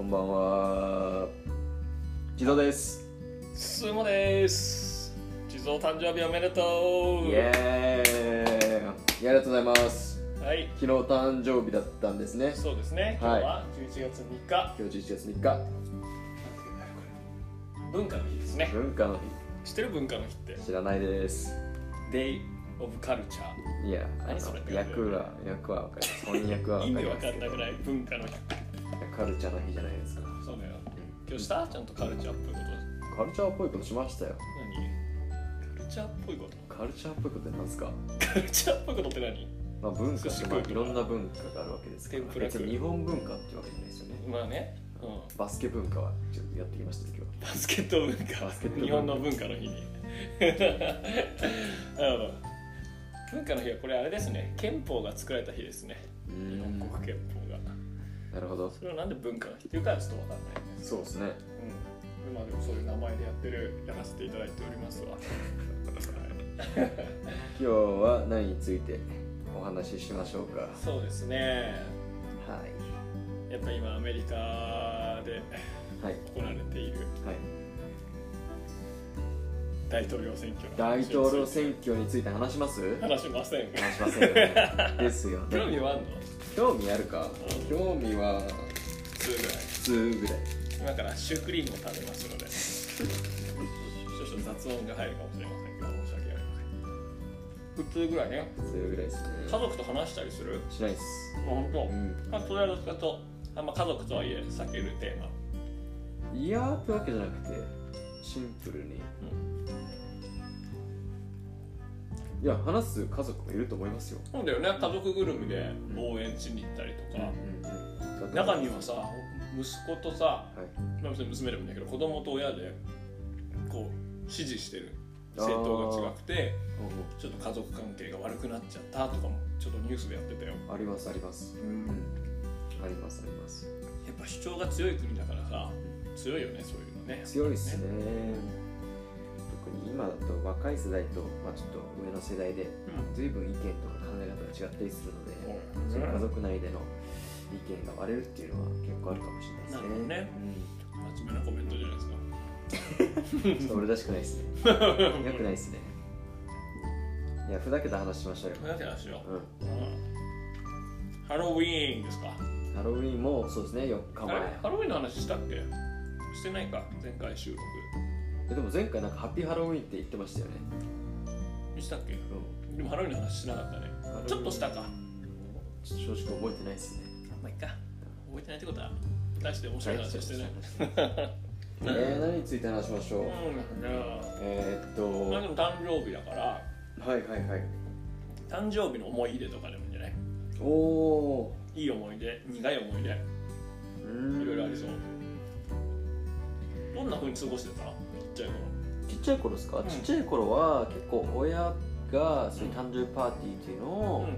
んばんは。地蔵です。すもです地蔵誕生日おめでとイうエーイ。ありがとうございます。はい昨日誕生日だったんですね。そうですね今はい日は11月3日、今日11月3日、文化の日ですね文化の知ってる文化の日って日。知らないです。 Day of Culture いや、あ何それの、役は、役はわかります。翻訳はわか意りま味す。わかんなくない文化の日カルチャーの日じゃないですか。そうだよ今日したちゃんとカルチャーっぽいことカルチャーっぽいことしましたよ。何カルチャーっぽいことカルチャーっぽいことって何すかカルチャーっぽいことって何まあ文化って、まあ、寿司食うとかいろんな文化があるわけですから天ぷら別食うに日本文化ってわけじゃないですよねまあね、うん、バスケ文化はちょっとやってきましたね今日バスケット文化バスケット文化日本の文化の日に なるほど文化の日はこれあれですね憲法が作られた日ですね日本国憲法がなるほどそれはなんで文化の日っていうかはちょっとわかんないですそうですねうんまあでもそういう名前でやってるやらせていただいておりますわ今日は何についてお話ししましょうかはそうですねいやっぱ今アメリカではい行われているはい大統領選挙の大話について統領選挙について話します話しません話しませんよ ねですよ興味ねはあんの興味あるうかん興味は普通ぐらい普通ぐらい今からシュークリームを食べますので少々雑音が入るかもしれませんけど申し訳ありません普通ぐらいね普通ぐらいですね家族と話したりするしないっすあ本当うんまあ、それはどっちかと、あんま家族とはいえ避けるテーマ。いやーってわけじゃなくてシンプルにいや話す家族もいると思いますよそうだよね、家族ぐるみで応援しに行ったりとか、中にはさ、息子とさ、はいまあ別に娘でもいいんだけど、子供と親で、こう、支持してる政党が違くて、ちょっと家族関係が悪くなっちゃったとかも、ちょっとニュースでやってたよ。ありますありますありますありますやっぱ主張が強い国だからさ、強いよね、そういうのね。強いですね特に今だと若い世代と、まあ、ちょっと上の世代でうん。随分意見とか考え方が違ったりするのでそそううだいうよ家ね族内での意見が割れるっていうのは結構あるかもしれないですねなる真面目なコメントじゃないですか。うん、ちょっと俺らしくないです ね良くないですねいやふざけた話しましょうよ、ふざけなしよう。うんうんハロウィーンですかハロウィンもそうですね4日あれ前ハロウィーンの話したっけしてないか前回収録えでも前回なんかハッピーハロウィンって言ってましたよね、したっけでもハロウィーンの話しなかったねうんちょっとしたかちょっと正直覚えてないですねまあいっか覚えてないってことは大して面白い話はしてない えー、何について話しましょう、うんじゃえー、っあまあでとも誕生日だからはいはいはい誕生日の思い出とかでもいいんじゃないおおいい思い出苦い思い出いいろいろありそうどんな風に過ごしてたちっちゃい頃ちっちゃい頃ですか、んちっちゃい頃は結構親がそういう誕生日パーティーっていうのを、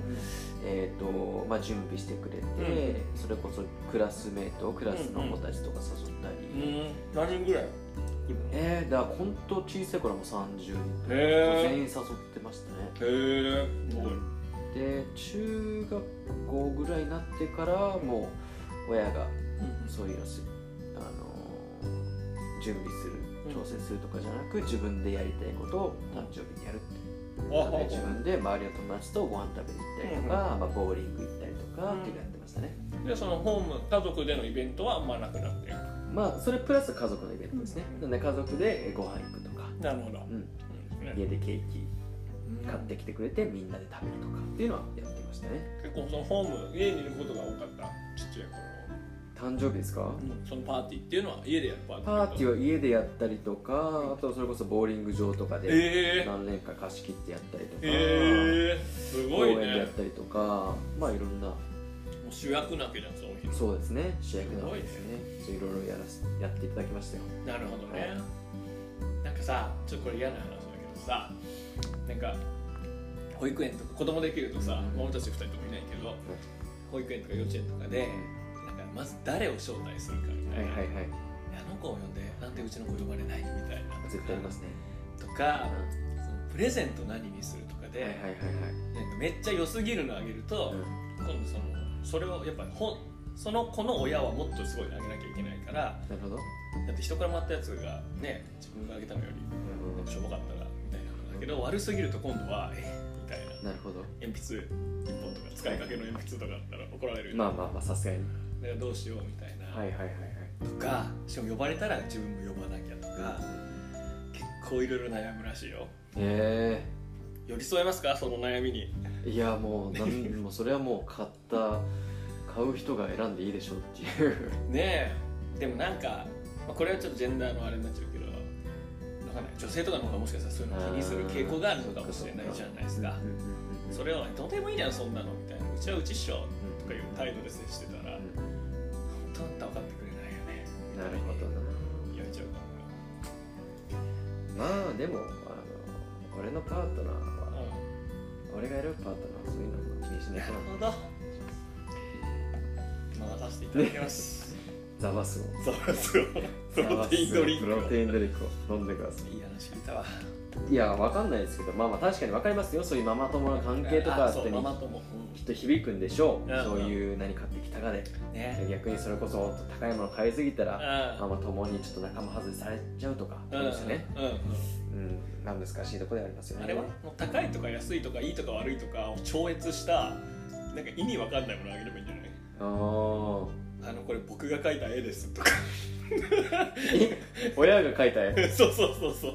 えーとまあ、準備してくれて、うそれこそクラスメートクラスの子たちとか誘ったり、うんうん何人ぐらい来るのへえー、だからほんと小さい頃はもう30人とか全え員誘ってましたねへえすごいで中学校ぐらいになってからもう親がそういうのすあのー準備するうん調整するとかじゃなく自分でやりたいことを誕生日にやるってあなので自分で周りの友達とご飯食べに行ったりとか、まあ、ボーリング行ったりとかっていうのやってましたね、でそのホーム家族でのイベントはあんまなくなってまあそれプラス家族のイベントですね、うなので家族でご飯行くとか、なるほど、うん、うん家でケーキ買ってきてくれてみんなで食べるとかっていうのはやってましたね結構そのホーム家にいることが多かったちっちゃい誕生日ですか、頃、そのパーティーっていうのは家でやるパーティパーーティーは家でやったりとかあとそれこそボーリング場とかでええ何年か貸し切ってやったりとか、ええす公ごい園でやねったりとかまあいろんなもう主役なわけじゃんその日のそうですね主役なんですねいろいろやらせやっていただきましたよなるほどねなんかさちょっとこれ嫌な話だけどさなんか保育園とか子供できるとさ、まあ、俺たち2人ともいないけど保育園とか幼稚園とかでなんかまず誰を招待するかみたいな、はいはいはいあの子を呼んでなんでうちの子呼ばれないみたいな絶対ありますねとかそのプレゼント何にするとかで、はいはいはいはいなんかめっちゃ良すぎるのあげると、うん今度そのそれをやっぱり本その子の親はもっとすごいのあげなきゃいけないからなるほど、だって人からもらったやつがね自分があげたのよりうんしょぼかったらみたいなだけど悪すぎると今度はえみたいななるほど鉛筆1本とか使いかけの鉛筆とかだったら怒られる、まあまあまあさすがにだからどうしようみたいな、はいはいはいはいとかしかも呼ばれたら自分も呼ばなきゃとか結構いろいろ悩むらしいよへ寄り添えますかその悩みにえいやもうなんもうそれはもう買った買う人が選んでいいでしょうっていうねえでもなんか、まあ、これはちょっとジェンダーのあれになっちゃうけどわかんない女性とかの方がもしかしたらそういうの気にする傾向があるのかもしれないじゃないですか それを「どうでもいいじゃんそんなの」みたいな「うちはうちっしょ」とかいう態度で接してたらう本ん当あんた分かってくれないよねなるほどな言われちゃうかまあでもあの俺のパートナーらはう俺がやるパートナーはそういうのも気にしんないなかるらほど回させていただきますザバスをザワスをプザロバテインドリンプクをロテインドリンクを飲んでくださいい話聞いたわいいやわかんないですけどまあまあ確かにわかりますよそういうママ友の関係とかあっそてうマにマ友きっと響くんでしょううんそういう何買ってきたかでうんね逆にそれこそ高いもの買いすぎたらマあマ友にちょっと仲間外れされちゃうとかそうですよねうんうんうんまあ難しいところではありますよねあれはもう高いとか安いとかいいとか悪いとかを超越したなんか意味わかんないものをあげればいいんじゃないあーあのこれ僕が描いた絵ですとかえ親が描いた 絵そうそうそうそう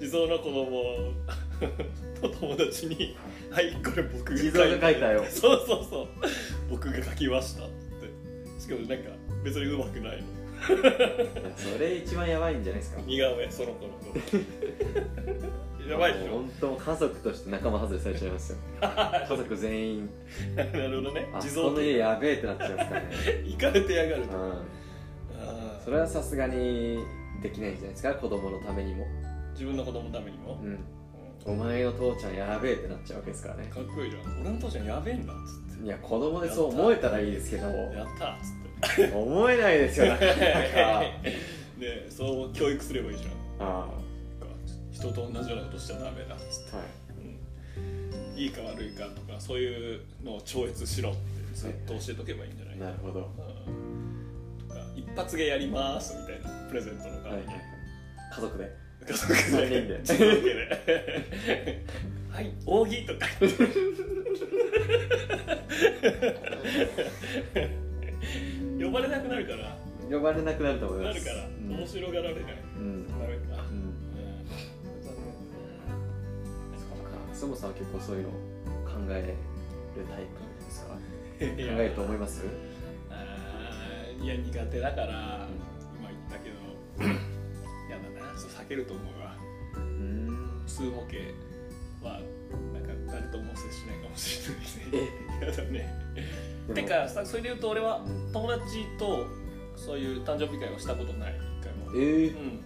地蔵の子供と友達に「はいこれ僕が地蔵が描いた絵をそうそうそう僕が描きました」ってしかもなんか別にうまくないのそれ一番やばいんじゃないですか似顔絵その子の子 やばいでしもうょ本当家族として仲間外れされちゃい ますよ家族全員なるほどねあ地そ蔵ことの家やべえってなっちゃいますからね、行かれてやがるうとん、あーそれはさすがにできないんじゃないですか子供のためにも、自分の子供のためにも、うん、うんお前の父ちゃんやべえってなっちゃうわけですからねかっこいいじゃん俺の父ちゃんやべえんだっついや子供でそう思えたらいいですけどってやったっつって思えないですよなかなか でそう教育すればいいじゃん なんあか人と同じようなことしちゃダメだっつって、あはいうんいいか悪いかとかそういうのを超越しろってずっと教えとけばいいんじゃない、なるほどはうんとか一発芸やりますみたいなプレゼントの代いはわいりに、はい家族で家族で三人で自分で はい扇とか 言って呼ばれなくなるから呼ばれなくなると思いなまるすからうん面白がられないうんダメかうんそもさんは結構そういうの考えるタイプですか考うんいやえると思いますあーいや苦手だから今言ったけどやだなそう避けると思うわうん数模型はなんか誰とも接しないかもしれなえいねやだねでもてかさそれで言うと俺はうん友達とそういう誕生日会をしたことない一回もえーうん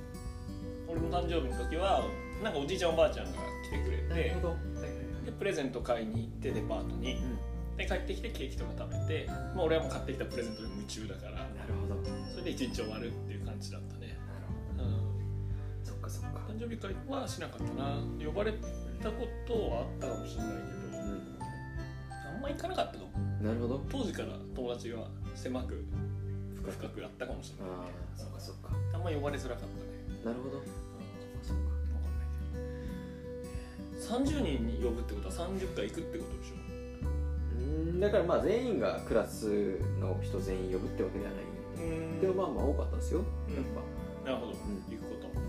俺の誕生日の時はなんかおじいちゃんおばあちゃんが来てくれなてるほどでプレゼント買いに行ってデパートにで帰ってきてケーキとか食べて、まあ、俺はもう買ってきたプレゼントに夢中だからなるほどなるそれで一日終わるっていう感じだったね、ほうん、どそっかそっか誕生日会はしなかったな呼ばれたことはあったかもしれないけどうあんま行かなかったかもんなるほど当時から友達が狭く深深くあったかもしれないああそっかそっかあんま呼ばれづらかったねなるほどわかんないけど30人に呼ぶってことは30回行くってことでしょうんだからまあ全員がクラスの人全員呼ぶってわけではないうんでもまあまあ多かったんですよやうんなるっぱほど、行んくことなる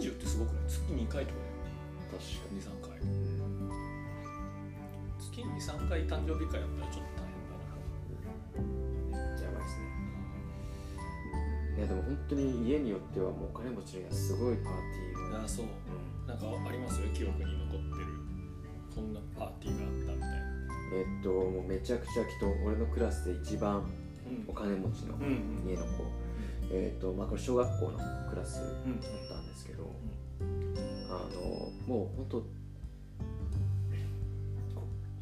ほどねん30ってすごくない月2回とか確かだよ23回に月23回誕生日会やったらちょっと大じゃあやばいですね変いやでも本当に家によってはもうお金持ちの家すごいパーティーだながああそうなんかあります記憶に残ってるこんなパーティーがあったみたいなえっともうめちゃくちゃきっと俺のクラスで一う番んお金持ちのうん家の子えっとまあこれ小学校のクラスうだんうんったんですけどあのもう本当こ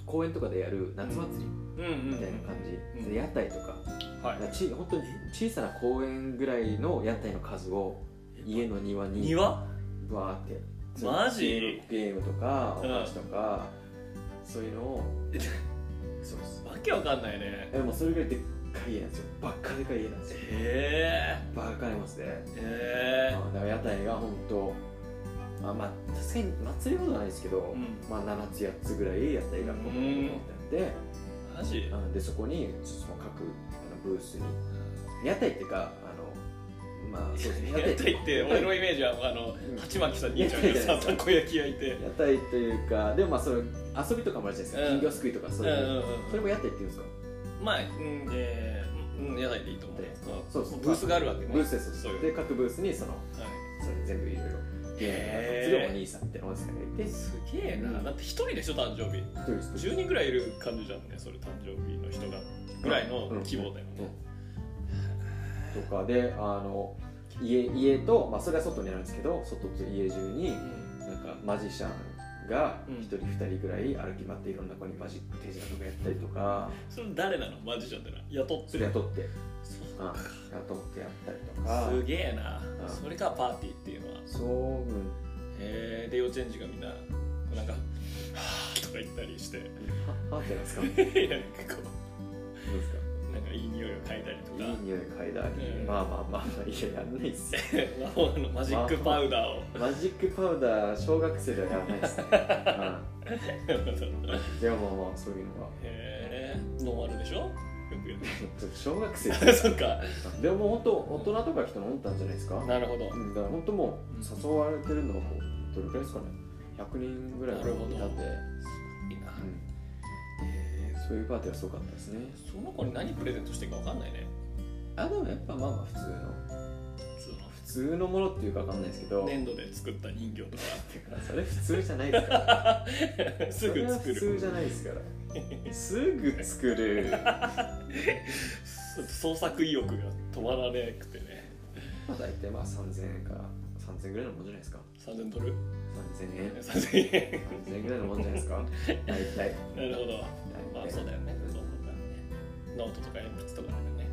公園とかでやる夏祭りうんうんみたいな感じ、うんで屋台とかはいち本当に小さな公園ぐらいの屋台の数を家の庭に庭バーってマジゲームゲームとかうんお菓子とか、そういうのをそうですわけわかんないねえもうそれぐらいでっかい家なんですよバッカでかい家なんですよへバカありますねえへえあだから屋台が本当まあまあ確かに祭りほどはないですけど、んまあ7つ8つぐらい屋台がこの持ってあってマジあのでそこにその各あのブースに屋台っていうかあのまあそうですね 屋台って俺のイメージはあのん鉢巻さん兄ちゃんがさたこ焼き焼いて屋台というかでもまあその遊びとかもあるじゃないですか、うん金魚すくいとかうそんうういう、んそれも屋台って言うんですかうんまあうんえーうん屋台でいいと思うでうんそうそうブースがあるわけねブースですそうよで各ブースにそのはいそれ全部いろいろゲへーームとかお兄さんみたいなおじさんがいて一すげえな、うんだって一人でしょ誕生日人です10人ぐらいいる感じじゃんねそれ誕生日の人がぐらいの規模だよね、とかであの家家と、まあ、それは外にあるんですけど外と家中になんかマジシャンがうん1人2人ぐらい歩き回っていろんな子にマジック手品とかやったりとかそれ誰なのマジシャンってな雇っそてれる雇ってそうあか雇ってやったりとかすげえなうんそれがパーティーっていうのはそううんへえで幼稚園児がみんななんか「はあ」とか言ったりして ははってなんですかどうでなんかこすかうなんかいい匂いを嗅いだりといいか匂い嗅いだり、うんまあまあまあまあいややんないっすよ魔 法のマジックパウダーをマジックパウダー小学生ではやらない っすね、 うん、でもまあまあそういうのはへえノンアルでしょよくやる小学生 そっかでももう本当大人とか来て飲んだんじゃないですかなるほどうんだから本当もう誘われてるのはこうどれくらいですかね100人ぐらいいなるほどたんで、いいなうんそういうパーティーはすごかったですねその子に何プレゼントしていいか分かんないねあでもやっぱまあまあ普通の普通の普通のものっていうかわかんないですけど、粘土で作った人形とそれ普通じゃないです から かすぐ作それは普通るじゃないですからすぐ作るまあ創作意欲が止まらなくてね大体まあ3000円から3000円ぐらいのもんじゃないですか3000ドル 3000円3000円3000円ぐらいのもんじゃないですか 大体なるほどまあ大そう体だよねそう思うからねノートとか鉛筆とかなんかね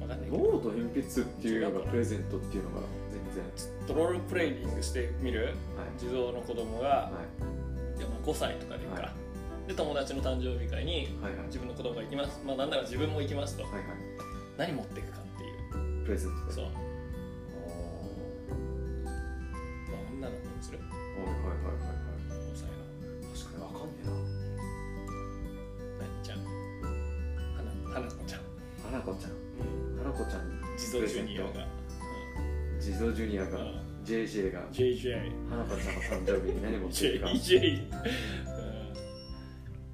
分かんないけノどート鉛筆っていうのがプレゼントっていうのが全然ドロールプレーニングしてみるはい児童の子供がはいいやまあ5歳とかでいいか、はで友達の誕生日会にはいはい自分の子供が行きますまあなんなら自分も行きますとはいは何持っていくかっていういプレゼントでそうはまあ女の子にするいはいはいはいは5歳のい確かにわかんねえな何ちゃん花花子ちゃん、花子ちゃん花子ちゃん地蔵ジュニアが、地蔵ジュニアがうん JJ が JJ 花子ちゃんの誕生日に何持ってるか JJ、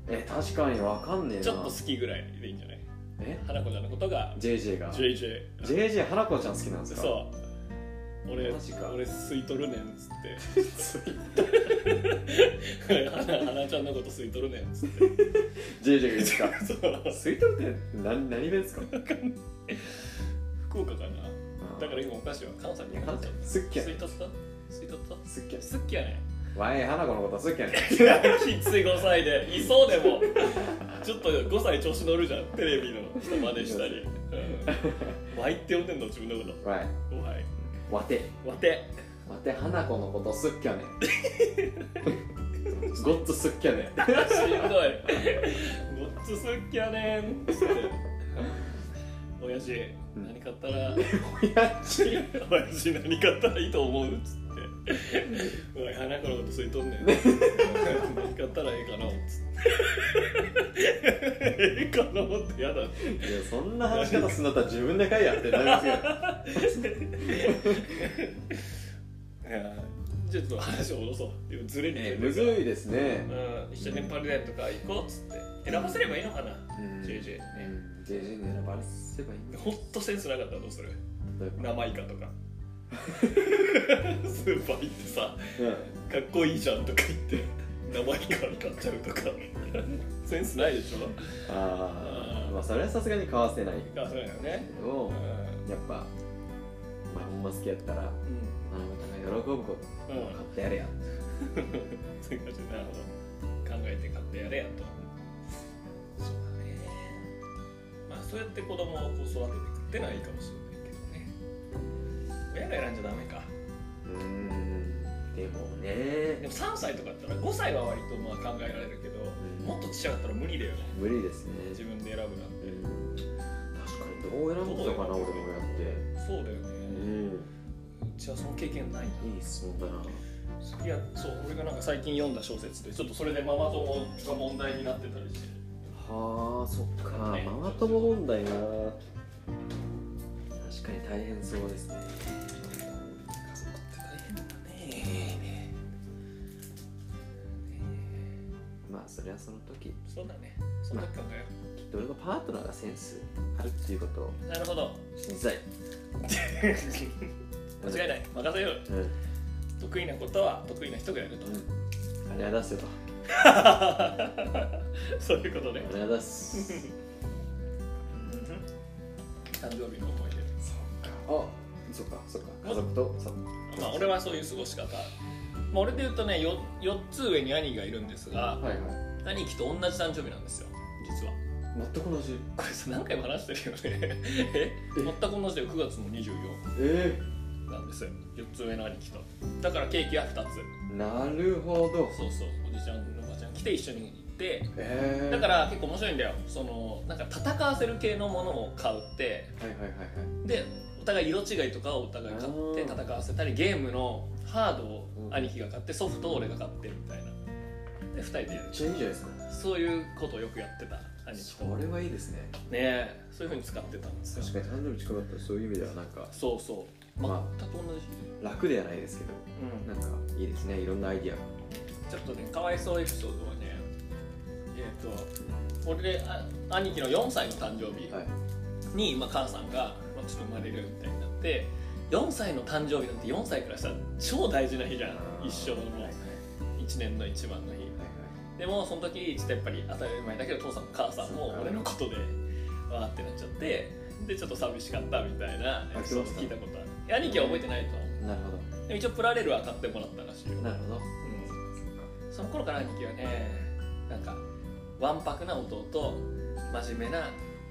え確かにわかんねえう、なんちょっと好きぐらいでいいんじゃないえ花子ちゃんのことが JJ が JJ JJ 花子ちゃん好きなんですかそう俺マジか俺吸い取るねんっつ って 花花ちゃんのこと吸い取るねんっつって JJ がいいですか そう吸い取るって何何弁ですか福岡かなだからい今お菓子は関西にや関西すっきゃ吸い取った吸い取ったすっきゃすっきやねわい花子のことはすっきゃねいやきつい5歳でいそうでもちょっと5歳調子乗るじゃんテレビの人真似したり「わ、い」って呼んでんの自分のこわいと「わい」わて「わてわて花子のことすっきゃ ねごっつすっきゃね」しんどい「ごっつすっきゃねん」って親父うん何買ったらや親父何買ったらいいと思うっつって「おい花子のこと吸いとんねん」何買ったらええかなっつってええかなってやだいやそんな話し方すんだったら自分で買いやってなりますよいやじゃあちょっと話を戻そうでもずれにずれえてむるかずらいですねうん一緒にパルデンとか行こうっつって選ばせればいいのかなうん JJ うねん JJ に選ばせばいいんだほんとセンスなかったらどうする例えば生イカとか スーパー行ってさうんかっこいいじゃんとか言って生イカ買っちゃうとかセンスないでしょああまあそれはさすがに買わせないあそうだよねけどうんやっぱお前ほんま好きやったらあのお互い喜ぶことうんうん買ってやれやそういう感じでなるほど考えて買ってやれやとそうだねまあそうやって子供をこう育てていくってのはいいかもしれないけどね親が選んじゃダメかうーんでもでねも3歳とかだったら5歳は割とまあ考えられるけどうんもっとちっちゃかったら無理だよね無理ですね自分で選ぶなんてうん確かにどう選んだのかな俺もやってそうだようねんうちはその経験ないないい質問だな好きやそう俺がなんか最近読んだ小説でちょっとそれでママ友が問題になってたりしてはあそっかねママ友問題な確かに大変そうですね家族って大変だねまあそれはその時そうだねそんな考えよきっと俺のパートナーがセンスあるっていうことをうなるほ ど信じたい間違いない任せよううん、うん得意なことは得意な人がやるとあれは出すよと そういうことねあれは出す誕生日の思い出そっかあそっかそっか家族とそうまあ俺はそういう過ごし方まあ俺で言うとね 4, つ上に兄がいるんですがはいはい兄貴と同じ誕生日なんですよ実は全く同じこれさ何回も話してるよねえ全く同じで9月の24えなんですよ4つ上の兄貴とだからケーキは2つー、なるほどそうそうおじちゃんおばちゃん来て一緒に行ってえー、だから結構面白いんだよそのなんか戦わせる系のものを買うってはいはいはいはいでお互い色違いとかをお互い買ってあー戦わせたりゲームのハードをうん兄貴が買ってソフトを俺が買ってみたいなで2人でやめるっちゃいいじゃないですかそういうことをよくやってた兄貴とそれはいいですねねえそういうふうに使ってたんですよ確かに誕生日近かったらそういう意味ではなんかそうそう全くま同じ日楽ではないですけどうんなんかいいですねいろんなアイディアがちょっとねかわいそうエピソードはねえっ、と俺あ兄貴の4歳の誕生日はいに、まあ、母さんが、まあ、ちょっと生まれるみたいになって4歳の誕生日なんて4歳からしたら超大事な日じゃん一生のはいもはいはいう1年の一番の日はでもその時ちょっとやっぱり当たり前だけど父さんも母さんもそうか俺のことでわーってなっちゃってでちょっと寂しかったみたいなエピソード聞いたことあるいや兄貴は覚えてないと思いなるほうでも一応プラレールは買ってもらったらしいよどなるほどその頃から兄貴はねなんかわんぱくな弟真面目な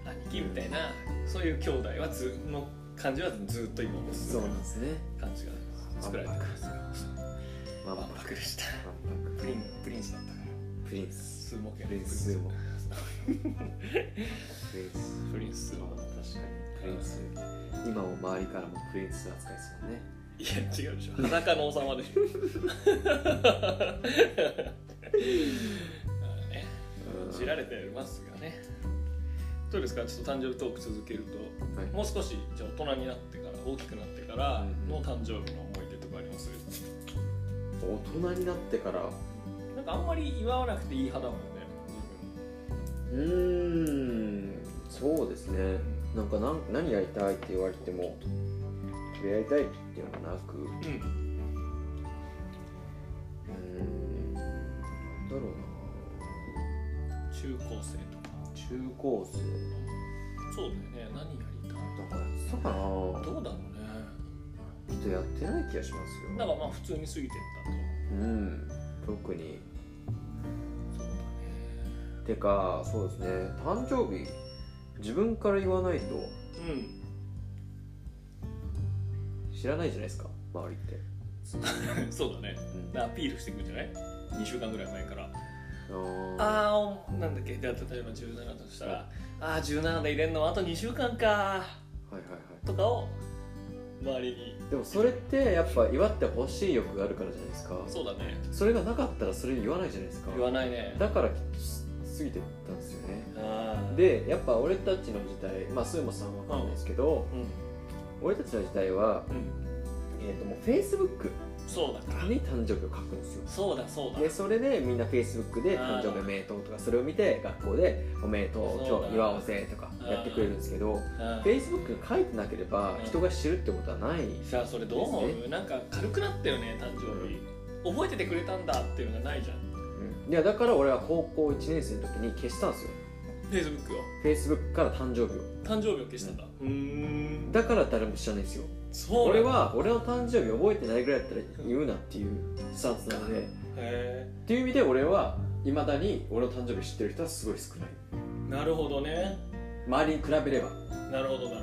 兄貴みたいなそういう兄弟はずの感じはずっと今もそ続うくなんですね感じが作られてますまあまわあんぱくでした万プリンプリンスだったから博プリンス数目プリンスもプリンスプリンス確もかにプリンス今も周りからもプリンス扱いですもんねいや違うでしょ裸の王様 でまあねうん知られてますがねどうですかちょっと誕生日トーク続けるとはいもう少しじゃあ大人になってから大きくなってからうんの誕生日の思い出とかあります大人になってからなんかあんまり祝わなくていい派だもんねうーんそうですねなんか何何やりたいって言われてもこれやりたいっていうのはなくう自分うんーんなんだろう中高生とかな中高生そうだよね何やりたいだからやってたかなどうだろうねちょっとやってない気がしますだよからまあ普通に過ぎてったうん特にとそうだねてかそうですね誕生日自分から言わないとうん知らないじゃないですか周りって、 そうだねうん、アピールしてくるんじゃない2週間ぐらい前からああーなんだっけで例えば17だとしたらああ17で入れんのあと2週間かーはいはいはいとかを周りにでもそれってやっぱ祝ってほしい欲があるからじゃないですかそうだねそれがなかったらそれ言わないじゃないですか言わないねだからきっとす過ぎてったんですよねあーでやっぱ俺たちの時代まあスーモさんは分かんないですけど、うん俺たちの時代は、うんえー、ともうフェイスブックそうだに誕生日を書くんですよそうだそうだでそれでみんなフェイスブックであー誕生日おめでとうとかそれを見て学校でおめでとうそう今だ日祝おうぜとかやってくれるんですけどうんフェイスブックが書いてなければうん人が知るってことはないさあそれどう思ですうなんか軽くなったよね誕生日覚えててくれたんだっていうのがないじゃんいやだから俺は高校1年生の時に消したんですよフェイスブックをフェイスブックから誕生日を誕生日を消したんだうーんだから誰も知らないんですよそう俺は俺の誕生日覚えてないぐらいだったら言うなっていうスタンスなのでっへていう意味で俺はいまだに俺の誕生日知ってる人はすごい少ないえなるほどね周りに比べればなるほどなるほど確かに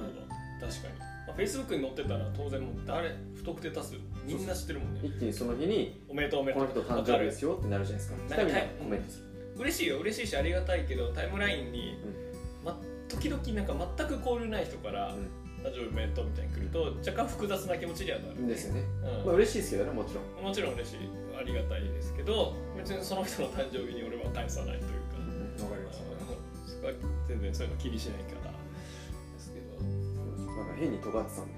フェイスブックに載ってたら当然もう誰不特定多数みんな知ってるもんね一気にその日におめでとうおめでことのう人誕生日ですよってなるじゃないですかんかそしたらみんなはいコメントする嬉しいよ嬉しいしありがたいけどタイムラインに、ま、時々なんか全く交流ない人から「誕生日おめでとう」みたいに来ると若干複雑な気持ちにはなるうんですよねうんまあ嬉しいですけどねもちろんもちろん嬉しいありがたいですけど別にその人の誕生日に俺は大差ないというか、わかあのそこは全然そういうの気にしないからですけどなんか変に尖ってたんで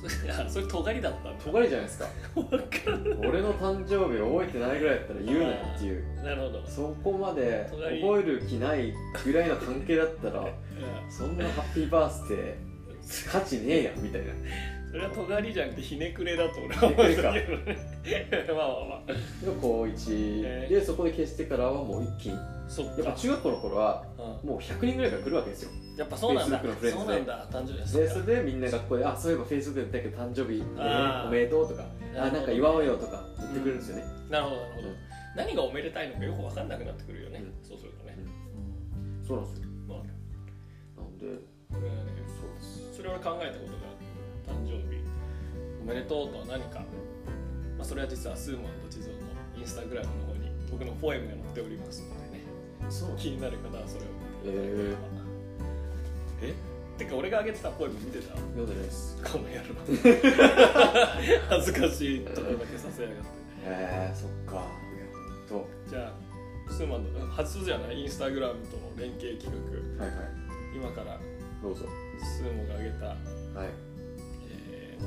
そ れあそれ尖りだったんだ尖りじゃないですか分かる俺の誕生日覚えてないぐらいだったら言うなよっていう なるほどそこまで覚隣える気ないぐらいの関係だったらそんなハッピーバースデー価値ねえやんみたいなそれは尖りじゃなくてひねくれだと俺は思うんだけどねまあまあの高1でそこで消してからはもう一気にまあそっやっぱか、中学校の頃はうもう100人ぐらいが来るわけですよん、やっぱそうなんだ Facebook のフレンズそでうなんだ誕生日でですそかれでみんな学校で「あそういえばフェイスブックで言ったけど誕生日あねーおめでとう」とか「なるほあどなんか祝おうよ」とか言ってくれるんですよねなるほどなるほどうん何がおめでたいのかよく分かんなくなってくるよね、うそうするとね、そうなんですよまあねなんでこれはねそうですそれは考えたことがある誕生日おめでとうとは何か、まあ、それは実はスーモンと地蔵のインスタグラムの方に僕のポエムが載っておりますのでねそうなんです気になる方はそれをえーえてか俺が上げてたポエム見てた読んでないですこの野郎恥ずかしいとこだけさせやがってへえそっかとじゃあスーマンの初じゃないインスタグラムとの連携企画はいはい今からどうぞスーモが上げた、はいえー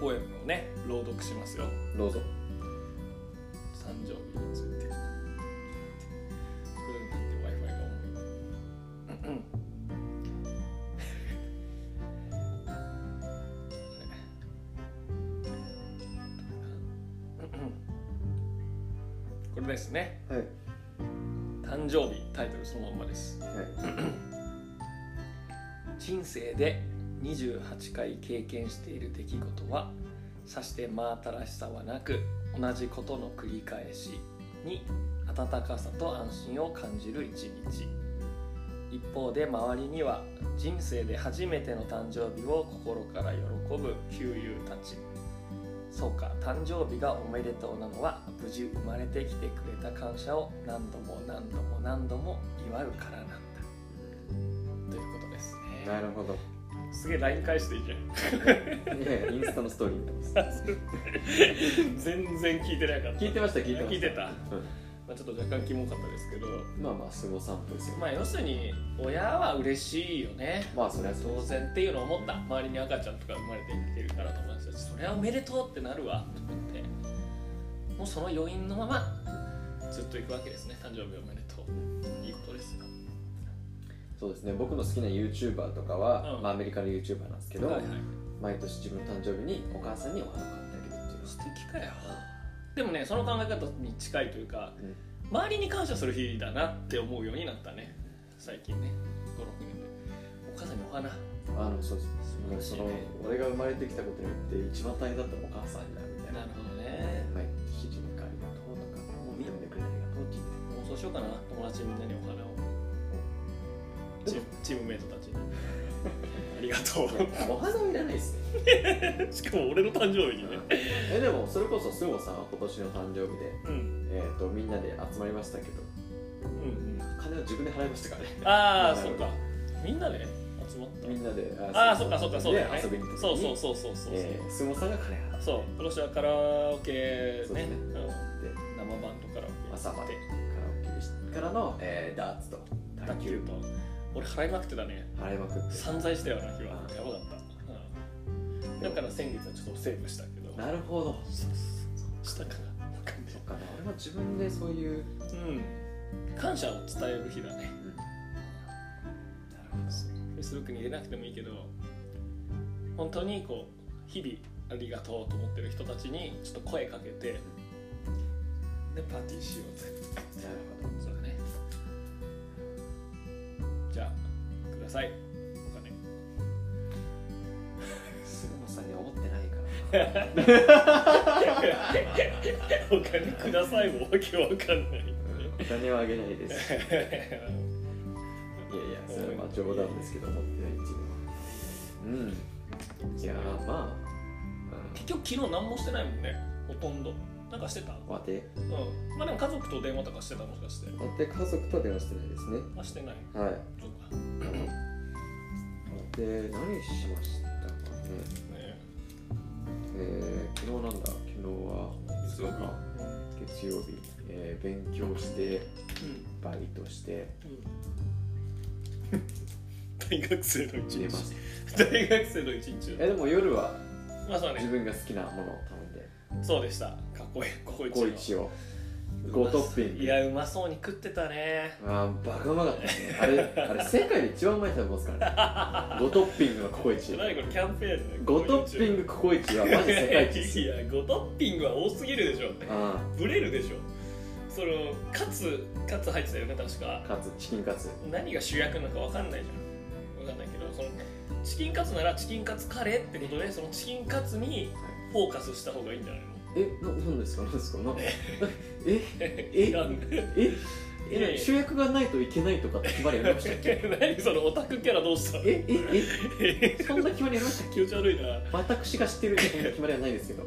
ポエムをね朗読しますよどうぞ誕生日について。うんなんで Wi-Fi が重い。 これですね。はい誕生日タイトルそのまんまです。はい人生で28回経験している出来事はさして真新しさはなく同じことの繰り返しに温かさと安心を感じる一日一方で周りには人生で初めての誕生日を心から喜ぶ旧友たちそうか誕生日がおめでとうなのは無事生まれてきてくれた感謝を何度も何度も何度も祝うからなんだということですね。なるほどすげえ LINE 返していいじゃん いやいやインスタのストーリー見てます全然聞いてなかった聞いてました聞いてました聞いてた、まうんあ、ちょっと若干キモかったですけどまあまあすごさんぽですよまあ要するに親は嬉しいよねまあそれはそう当然っていうのを思った周りに赤ちゃんとか生まれてきてるから友達たちそれはおめでとうってなるわと思ってもうその余韻のままずっと行くわけですね誕生日おめでとういいことですよそうですね僕の好きな YouTuber とかは、うんまあ、アメリカの YouTuber なんですけど、はいはい毎年自分の誕生日にお母さんにお花を買ってあげるっていう素敵かよでもねその考え方に近いというか、うん周りに感謝する日だなって思うようになったね最近ね56年でお母さんにお花あのそうです晴らしいそねの俺が生まれてきたことによって一番大変だったのはお母さんだみたいななるほどね毎日人にありがとうとかもう見てくれてありがとうって言ってもうそうしようかな友達みんなにお花をチームチームメイトたちに ありがとう お花はいらないですねしかも俺の誕生日にねえでもそれこそスゴさんは今年の誕生日で、うんえー、とみんなで集まりましたけどうん金を自分で払いましたからねああなるそほうどかみんなで集まったみんなでああそっかそっかそうだよねで遊びに行ったそ時うにそうそうそうそう、えースゴさんが金払っそう今年はカラオケねそうですねうんて生バンドカラオケ朝までカラオケでしたからの、えーダーツと卓球と俺払いまくってたね払いまくって散財したような日はうんやばかった、うん、だから先月はちょっとセーブしたけどなるほどそうそうそうしたかなわかんないそっか俺も自分でそういう、うん感謝を伝える日だねうん、なるほど Facebook に入れなくてもいいけど本当にこう日々ありがとうと思ってる人たちにちょっと声かけてでパーティーしようぜなるそうだねじゃあくださいお金ほど菅野さんには思ってないからお金 くださいもわけわかんない。お金はあげ ない ですいやいやそれはまあ冗談ですけど思ってないっていうのはうんいやーまあ結局昨日何もしてないもんねほとんどなんかしてたう待てんまあでも家族と電話とかしてたもしかして待って家族とは電話してないですねあしてないはいそうかで何しましたかねねえー、昨日なんだ昨日は月曜日あ月曜日、えー、勉強してバイトしてうん、うん、 大学生の一寝ま日した大学生の一日えでも夜はまあそう自ね分が好きなものを頼んでそうでしたかっこいいここ一コのイチを5トッピングいやうまそうに食ってたねあーバカうまかったですねあれあれ世界で一番うまい食べますからね5トッピングのココイチ何これキャンペーンね5トッピングココイチはマジ世界 一ですいよや5トッピングは多すぎるでしょあブレるでしょそのカツカツ入ってたよね確かーカツチキンカツ何が主役なのか分かんないじゃん分かんないけどそのチキンカツならチキンカツカレーってことでそのチキンカツにフォーカスした方がいいんじゃないのえななんですかなんですかなえ えいやねえいやいえや主役がないといけないとかって決まりありましたっけ何そのオタクキャラどうしたのええええそんな決まりありましたっ 気持ち悪いなけ私が知ってるそんな決まりはないですけど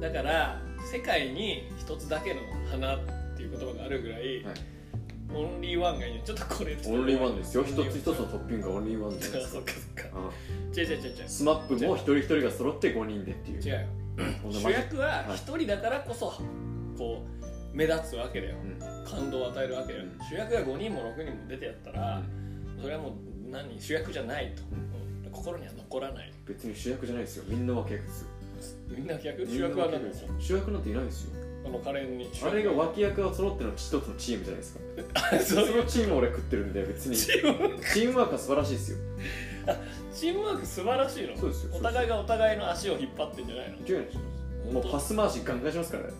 だから世界に一つだけの花っていう言葉があるぐらい、はいオンリーワンがいいちょっとこれオンリーワンですよオ一ンリーワンつ一 つのトッピングがオンリーワンじゃないですそかっかそっかあ違う違う違う違うスマップも一人一人が揃って5人でっていう違うよこんな主マジ役は一人だからこそこう目立つわけだようん感動を与えるわけだようん主役が5人も6人も出てやったらそれはもう何主役じゃないとうん心には残らない別に主役じゃないですよみんな脇役ですよみんな逆みん主な役は脇何で役ですよすよ主役なんていないですよこのカレーに主あれ役が脇役が揃っての一つのチームじゃないですか そうそいうのチームを俺食ってるんで別 にチチームームワークは素晴らしいですよチームワーク素晴らしいのそうですよお互いがお互いの足を引っ張ってんじゃないの違うもうパス回しガンガンしますからね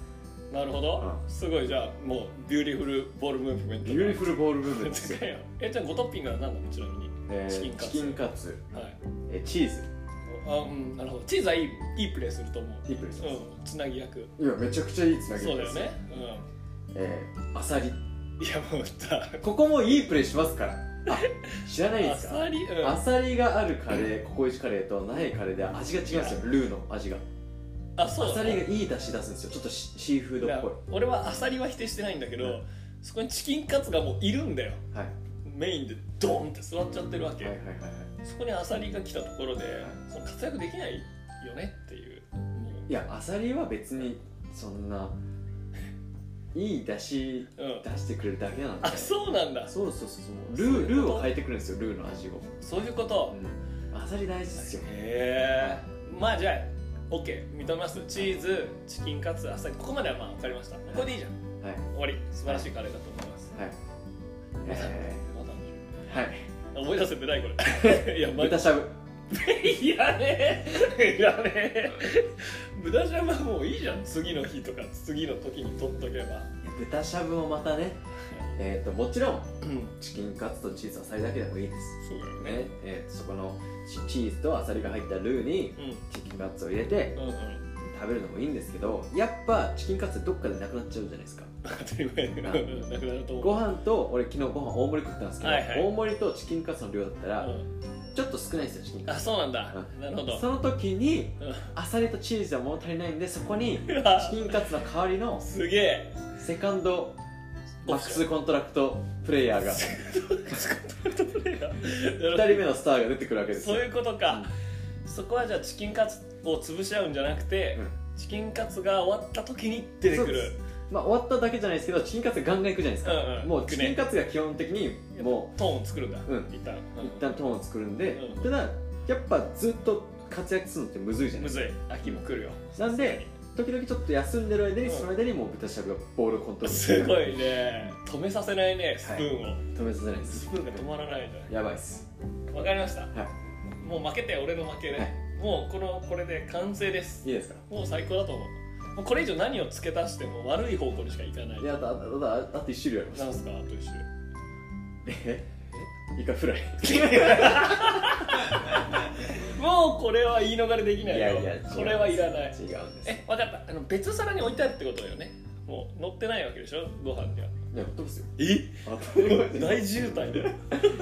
なるほど、うすごいじゃあもうビューティフルボールムーブメントビューティフルボールムーブメントです よ違うよえじゃあ5トッピングは何なのちなみにえーチキンカツチキンカツはいえーチーズあうんなるほどチーズはいいいいプレーすると思ういいプレーしまうんつなぎ役すいやめちゃくちゃいいつなぎそうだでよすねえーアサリうんいやもうさここもいいプレーしますからあ知らないであすかさりうんアサリがあるカレーココイチカレーとないカレーで味が違うんですよルーの味があそうアだサリがねいい出汁出すんですよちょっとシシーフードっぽい俺はアサリは否定してないんだけど、うんそこにチキンカツがもういるんだよはいメインでドーンって座っちゃってるわけ、はいはいはいはいそこにアサリが来たところで、その活躍できないよねっていういやアサリは別にそんないい出汁うん出してくれるだけなんであそうなんだそうそうそうそうルールーを変えてくるんですよルーの味を、そういうこと、うん、アサリ大事ですよへえまあじゃあ OK 認めますチーズチキンカツアサリここまではまあ分かりましたこれでいいじゃんはい終わり素晴らしいカレーだと思います、はい。えまだー、はい。あ思い出せてないこ れいやま豚しゃぶ。いやねいやね豚ジャムはもういいじゃん次の日とか次の時に取っとけば豚しゃぶもまたね、えっ、と、もちろん、うんチキンカツとチーズはさりだけでもいいです。そうだよねね、えーそこのチチーズとアサリが入ったルーにうチキンカツを入れてんうんうん食べるのもいいんですけど、やっぱチキンカツどっかでなくなっちゃうじゃないですか。当たり前なくなると思うご飯と、俺昨日ご飯大盛り食ったんですけど、はいはい大盛りとチキンカツの量だったら、うんちょっと少ないんですよ、チキンカあツ。そうなんだうなるほどその時に、うんアサリとチーズは物足りないんで、そこに、 うわチキンカツの代わりのすげえセカンドマックスコントラクトプレイヤーが2人目のスターが出てくるわけですそよういうことか、そこはじゃあチキンカツを潰し合うんじゃなくて、うんチキンカツが終わった時に出てくそうでるまあ終わっただけじゃないですけどチキンカツガンガンいくじゃないですか、うんうんもいうくねチキンカツが基本的にもトーンを作るんだ、うん一旦、う一旦トーンを作るんで、うんただやっぱずっと活躍するのってむずいじゃないむですずい秋も来るよかなんで時々ちょっと休んでる間に、うんその間にもう豚しゃぶがボールをコントロールすごいいね止めさせないねスプーンを、止めさせないですスプーンが止まらないねやばいっすわかりました、はもう負けて俺の負けね、はいもうこのこれで完成ですいいですかもう最高だと思うもうこれ以上何を付け足しても悪い方向にしかいかないいやあとあとあとあと1種類ありますなんすかあと一周え イカフライ もうこれは言い逃れできないよこれはいらない違うんですえ分かったあの別皿に置いてあるってことだよねもう乗ってないわけでしょご飯にはいや、どうすよ。えあ、大渋滞 だよ違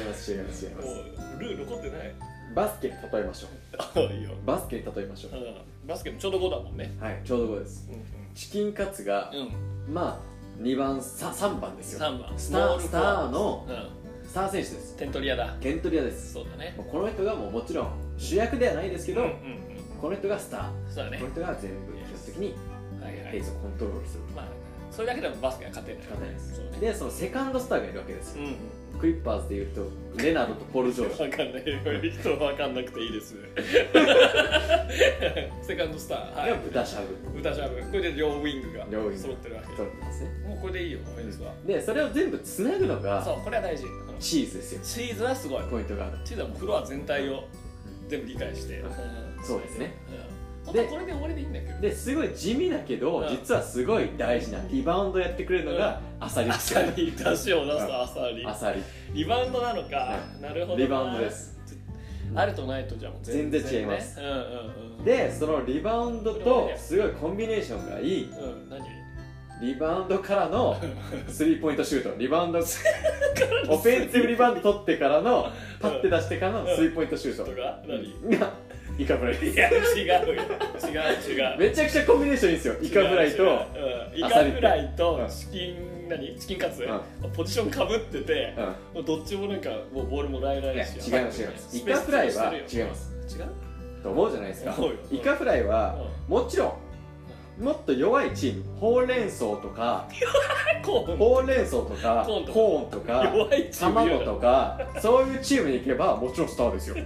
います、違います、違いまもす。うルー残ってないバスケに例えましょああいいよう。バスケに例えましょうう。んバスケもちょうど5だもんねはいちょうど5ですうチキンカツが、ん、うん、まあ2番さ3番ですよ3番スタースターのうスター選手ですん、点取り屋だケントリアですそうだねもうこの人がもうもちろん主役ではないですけど、うんうんこの人がスター、うん、そうだねこの人が全部基本的にはいはペーいスをコントロールするまあそれだけでもバスケは勝てない仕方ないですそうねでそのセカンドスターがいるわけですうよ、んクリッパーズでいうとレナードとポル・ジョー分ジかんない人分かんなくていい ですセカンドスターはがい豚しゃぶ豚しゃぶこれで両ウィングが両ウィング揃ってるわけ取ってますねもうこれでいいよオフェンスはでそれを全部つなぐのそがうこれは大事チーズですよチーズはすごいポイントがあるチーズはもうフロア全体を全部理解して、うんんそうですね、うん、本当ではこれで終わりでいいんだけどですごい地味だけど、うん実はすごい大事なリバウンドやってくれるのがアサリアですよサリ出汁を出すうとアサリアサリリバウンドなのか、はいなるほどなリバウンドですあるとないとじゃあもう全然違いますね、うんうんうんでそのリバウンドとすごいコンビネーションがいいうん何リバウンドからのスリーポイントシュートリ バウンドオフェンスリバウンド取ってからのパッて出してからのスリーポイントシューとトか何がイカフライいや違うよ違う違うめちゃくちゃコンビネーションいいですよイカフライと違う違ううんイアカサリフライとうんチキン何チキンカツ、うポジションかぶっててう、んもうどっちもなんかもうボールもらえないしいや違います違いますイカフライは違います違う、と思うじゃないですか思うよイカフライはうもちろんもっと弱いチームほうれん草とかん、コーンほうれん草とかコーンとかコーンとか弱いチーム卵とかそういうチームに行けばもちろんスターですよ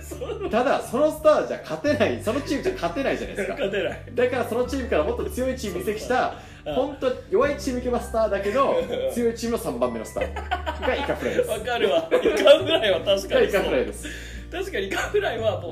そうただそのスターじゃ勝てないそのチームじゃ勝てないじゃないですか勝てないだからそのチームからもっと強いチーム移籍しうたん本当弱いチーム行けばスターだけどうん強いチームは3番目のスターがイカフライですわかる わイカフライは確かがにイそカうフライです確かにイカフライはも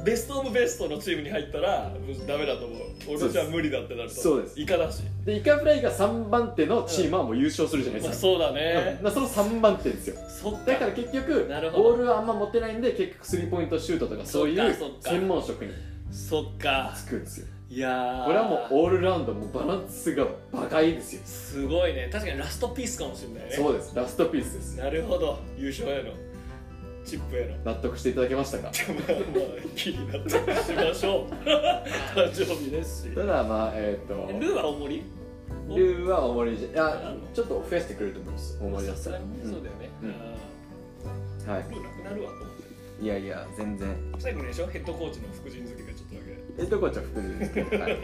うベストオブベストのチームに入ったらダメだと思う俺じゃ無理だってなるとそうですイカだし、でイカフライが3番手のチームはもう優勝するじゃないまあ、ですか、そうだうんねまあその3番手ですよそっかだから結局なるほどボールはあんま持てないんで結局スリーポイントシュートとかそういそっうかそっか専門職にそっかつくんですよいやーこれはもうオールラウンドもうバランスがバカいいですよすごいね確かにラストピースかもしれないねそうですラストピースですなるほど優勝へのチップへの納得していただけましたかまあまあ気になってしましょう誕生日ですしただまあえっ、えルーは大盛りとルーは大盛りじゃいやうんちょっと増やしてくれると思います大盛りさだったすらがにそうだよね、うんうんはあールーなくなるわと思っていいやいや全然最後にでしょヘッドコーチの副陣付けがちょっとだけえっとこちゃん含んでですけどはい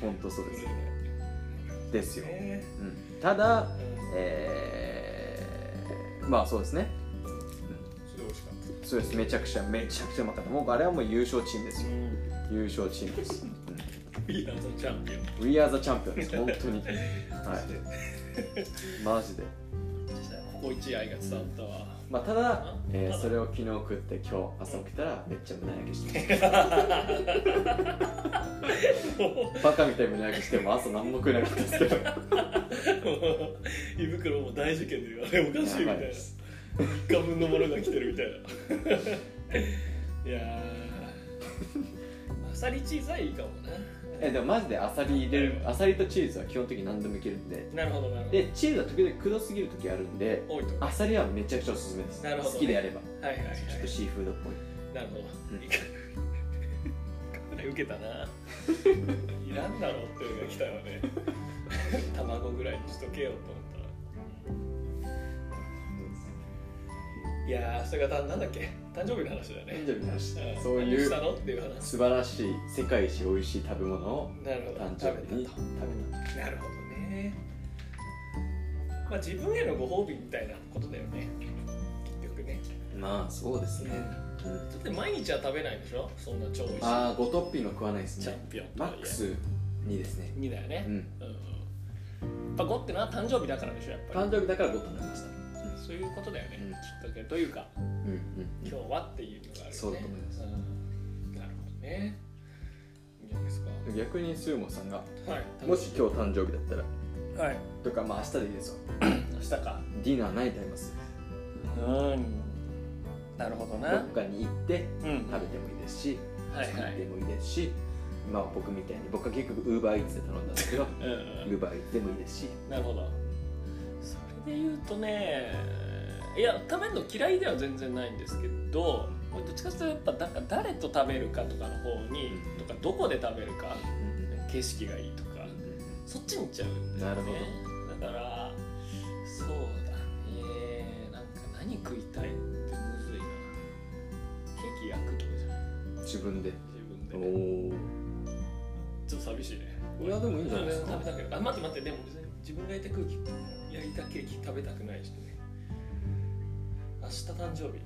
本当そうずでれすないですよ、ねうん、ただうんえー、まあそうですねそれ美味しかっそうですめちゃくちゃめちゃくちゃうまかったもうあれはもう優勝チームですた よ優勝チームです、フィーナーズのチャンピオンうん、We are the champion です本 当にはいいマジでここ一愛が伝わったわまあただうん、えたー、だそれを昨日食って今日朝起きたらめっちゃ胸焼けして もましたバカみたいに胸焼けしてもう朝何も食えなかったですけど やう 胃袋も大事件であれおかしいみたいばいなで3す日分のものが来てるみたいな いやーアサリチーズはいいかもえでもマジでアサリ入れるアサリとチーズは基本的に何でもいけるんでななるほどなるほどでチーズは時々くどすぎる時あるんで多いとアサリはめちゃくちゃおすすめです、なるほどね好きでやればはいはいはいちょっとシーフードっぽいなるほど。うんいいかこれ受けた な。いらんだろうっていうのが来たよね。卵ぐらいにしとけよと思ったら。いやー、それがたなんだっけ誕生日の話だよね。誕生日の話んそう何いうしたのっていう話。素晴らしい世界一美味しい食べ物をなるほど。誕生食日にべた食と。べなるほどね。まあ自分へのご褒美みたいなことだよね。結局ね。たまあそうですね、うんだって毎日は食べないでしょそんな超美味しい。ああ5トッピング食わないですチャねンピオンとマはいえックス2ですね2だよねう、んうんうんやっぱ5ってのは誕生日だからでしょやっぱり誕生日だから5となりましたそういうことだよね、うんきっかけというかうんうん今日はっていうのがあるよねそうだと思いますんなるほどねいいんじゃないですか逆にスーモさんがはいもし今日誕生日だったら日はいとかまあ明日でいいですよ明日かディナー何食べますうんなるほどどっかに行ってうん食べてもいいですしはいは作っていもいいですし、まあ僕みたいに僕は結局ウーバーイーツで頼んだんです けどうんウーバーイーツでもいいですしうんなるほどそれで言うとねいや食べるの嫌いでは全然ないんですけど俺どっちかっていうとやっぱなんか誰と食べるかとかの方に、うんとかどこで食べるかうん景色がいいとかそっちに行っちゃうんだよねなるだからそうだねなんか何食いたいってむずいなケーキ焼くとかじゃない自分で自分で、おおちょっと寂しいねいやでもいいんじゃないですか食べたけどあ待って待ってでも別に自分が焼いた空気焼いたケーキ食べたくないしね明日誕生日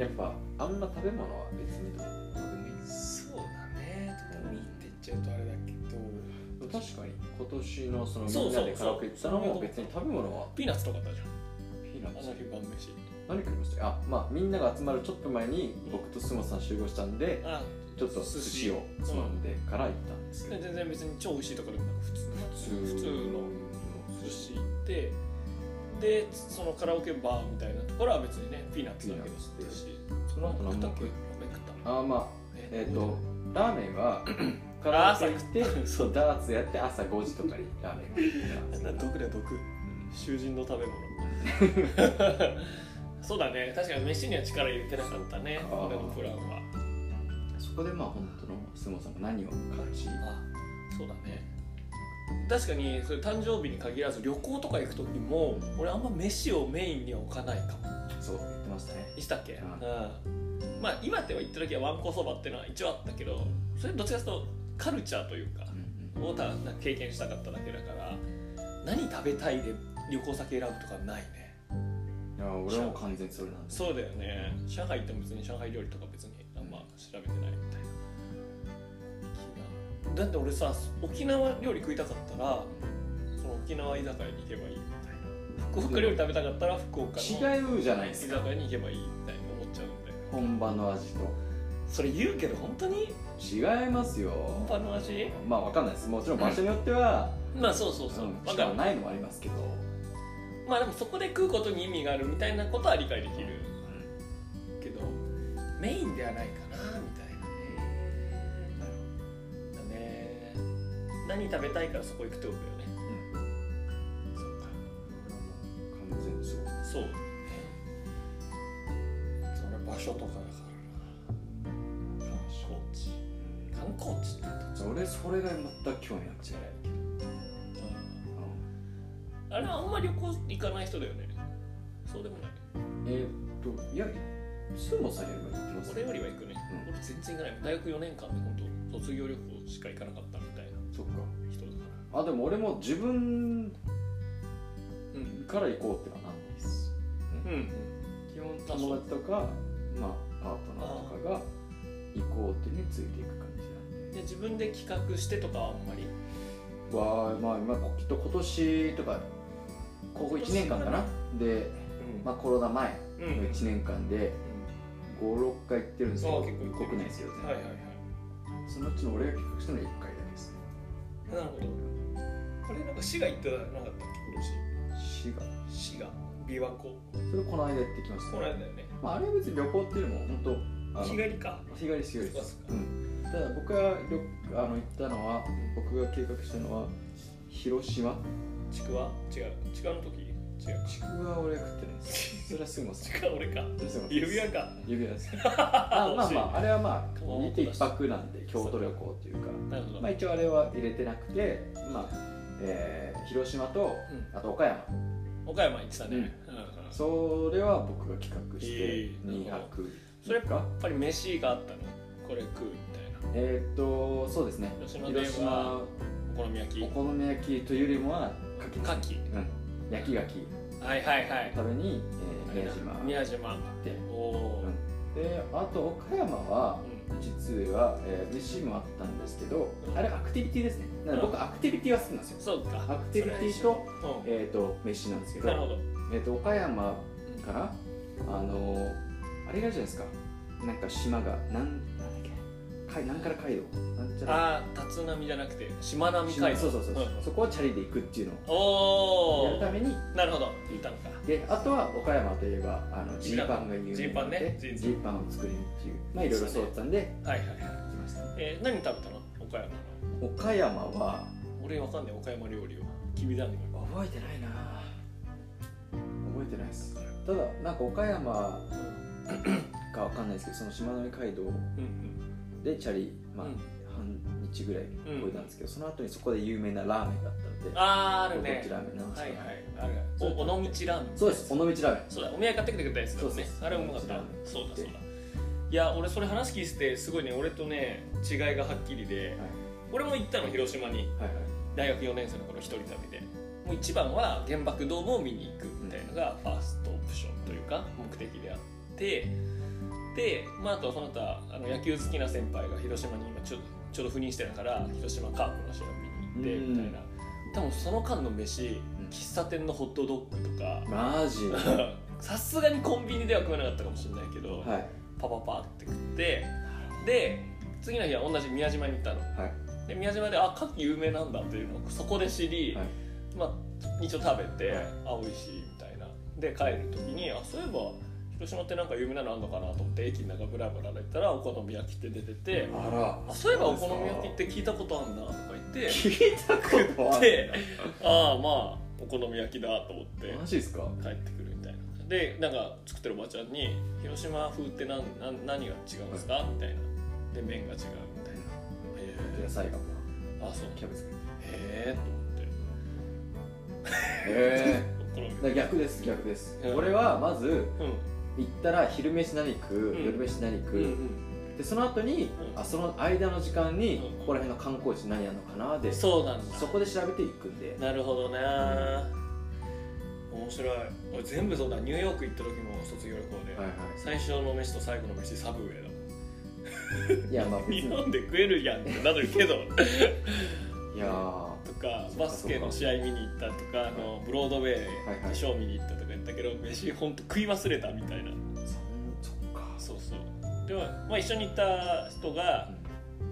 やっぱあんな食べ物は別にどうでもいいですそうだねともいいって言っちゃうとあれだけど確かに今年のそのそうみんなでそうそカうラオケ行ってたのも別に食べ物はピーナッツとかあったじゃんピーナッあツの日晩飯何食いましたあまあみんなが集まるちょっと前に僕とスモさん集合したんであちょっと寿司をつまんでから行ったんですけど全然別に超美味しいとかでもなく普通の普通の寿司行ってでそのカラオケバーみたいなところは別にねピーナッツだけどピーナッツしその後何食ったっもけラーメン食ったのあまあえっ、とラーメンはカあラオ朝ケ食行っっててそうダーツやって朝5時とかにラーメン食ったんですけど毒だ毒うん囚人の食べ物 そうだね確かに飯には力入れてなかったねそっか俺のプランはそこでまあ本当のスモさんが何を感じあそうだね確かにそれ誕生日に限らず旅行とか行く時も俺あんま飯をメインには置かないかもそう言ってましたねしたっけ、ううんんまあ今では行った時はわんこそばっていうのは一応あったけどそれどっちかというとカルチャーというかうんをたなんか経験したかっただけだから何食べたいで旅行先選ぶとかないねうんいや俺はもう完全にそれなんですそうだよね上海行っても別に上海料理とか別にあんま調べてないみたいなだって俺さ沖縄料理食いたかったらその沖縄居酒屋に行けばいいみたいな福岡料理食べたかったら福岡の居違うじゃないです酒か屋に行けばいいみたいな思っちゃうんで本場の味とそれ言うけど本当に違いますよ本場の味まあわかんないですもちろん場所によっては、まあそうそううそんう、わか力るないのもありますけど、まあでもそこで食うことに意味があるみたいなことは理解できるけどメインではないかなみたいなねなるだね何食べたいからそこ行くってことだよねほどうんそうか完全にそうそうねそれ場所とかだからな観光地観光地って言ったうん俺それが全く興味なくて違いあれはあんま旅行行かない人だよねそうでもないうんえーっといやスモさんよりも行ってます俺よりは行くね、うん俺全然行かない大学4年間で本当卒業旅行しか行かなかったみたいなそっか人だからあでも俺も自分うんから行こうってのはなんないですうん基本友達とかまあパートナーとかが行こうっていうのについていく感じなんでで自分で企画してとかはあんまりはまあ今きっと今年とかここ1年間かなで、うんまあ、コロナ前うの1年間で56回行ってるんですけあどあ結構行ってる国内ですよ全部はいはいはいそのうちの俺が企画したのは1回だけですねなるほどこれなんか市が行ってなかったっけ今滋賀年市が琵琶湖それこの間行ってきましたこの間だよねまあ、あれは別に旅行っていうのも本当あの日帰りか日帰りです日帰りでそすっか、うそっかん、ただ僕が旅あの行ったのは僕が計画したのは広島ちくわ違うちくわの時違うちくわは俺が食ってないですそれはすぐもちくわ俺か指輪か指 輪ですねあまあまああれはまあ顔も似て一泊なんで京都旅行というか、なるほど、まあ、一応あれは入れてなくて、まあえー広島とうんあと岡山岡山行ってたね、ううんんうんそれは僕が企画していい2泊それやっぱ3や日っぱり飯があったのこれ食うみたいなえーっとそうですね広島では広島お好み焼きお好み焼きというよりもは牡蠣牡蠣うん、焼き牡蠣はいはいはい食べに、えー宮島行宮島っておおー、うんであと岡山はう実は、えー、飯もあったんですけどうんあれアクティビティですねだからう僕アクティビティは好きなんですよんそうかアクティビティと,、それえー、と飯なんですけうん、なるどほどえー、と岡山からあのーあれがあるじゃないですかなんか島がなんなんだっけ海南から街道なんちゃあらあ立浪じゃなくてしまなみ島海そ道うそうそう、んそこはチャリで行くっていうのおをおやるためになるほどいたのかであとは岡山といえばあのジーパンが有名なのでジーパンねジジーンズーパンを作りにっていうまあいろいろそうだったんではいはいはい、行きましたねえー、何食べたの岡山の岡山は俺わかんない岡山料理をきびだんご覚えてないな覚えてないですただなんか岡山かわかんないですけどそのしまなみ海道うんでチャリ、まあうん半日ぐらいこいたんですけど、その後にそこで有名なラーメンがあったのであーあるごね当地ラーメンなんですはかいはいあるお尾道ラーメンそうです尾道ラーメンそうだお土産買ってきてくれたやつだそねうそうそうあれうまかったラーメンそうだそうだいや俺それ話聞いててすごいね俺とね違いがはっきりで俺も行ったの広島にはいはいはい大学4年生の頃一人旅でもう一番は原爆ドームを見に行くみたいなのがファーストオプションというか目的であってで、まあ、あとはその他あの野球好きな先輩が広島に今ちょちょうど赴任してたから広島カープの試合を見に行ってみたいな多分その間の飯うん喫茶店のホットドッグとか マジはさすがにコンビニでは食えなかったかもしれないけど、いパパパって食ってで次の日は同じ宮島に行ったの。はいで宮島であ牡蠣有名なんだというのをそこで知り、はいまあ、一応食べて、はいあ美味しいみたいなで帰る時にあそういえば広島ってなんか有名なのあんのかなと思って駅の中ブラブラ歩いたらお好み焼きって出てて、ああそういえばお好み焼きって聞いたことあんなとか言ってら聞いたこと食あっるてああまあお好み焼きだと思ってマジですか帰ってくるみたいなでなんか作ってるおばちゃんに「広島風って何何何が違うんですか?」みたいなで麺が違うみたいなへ野菜がもうえあそうキャベツへえと思ってへこの え逆です逆です、うん俺はまずうん行ったら昼飯何食う、うん夜飯何食う、うんでその後に、うんあその間の時間に、うんここら辺の観光地何やるのかなでそそうなんだこで調べていくんでなるほどな面白い俺全部そうだニューヨーク行った時も卒業旅行で、はいは最初の飯と最後の飯サブウェイだいいやまあ別日に本で食えるやんってなる けどいやーとかそうかバスケの試合見に行ったとかあのブロードウェはいイはいでショー見に行ったとか言ったけど飯ほんと食い忘れたみたいなそんそっかそうそうでも、まあ、一緒に行った人が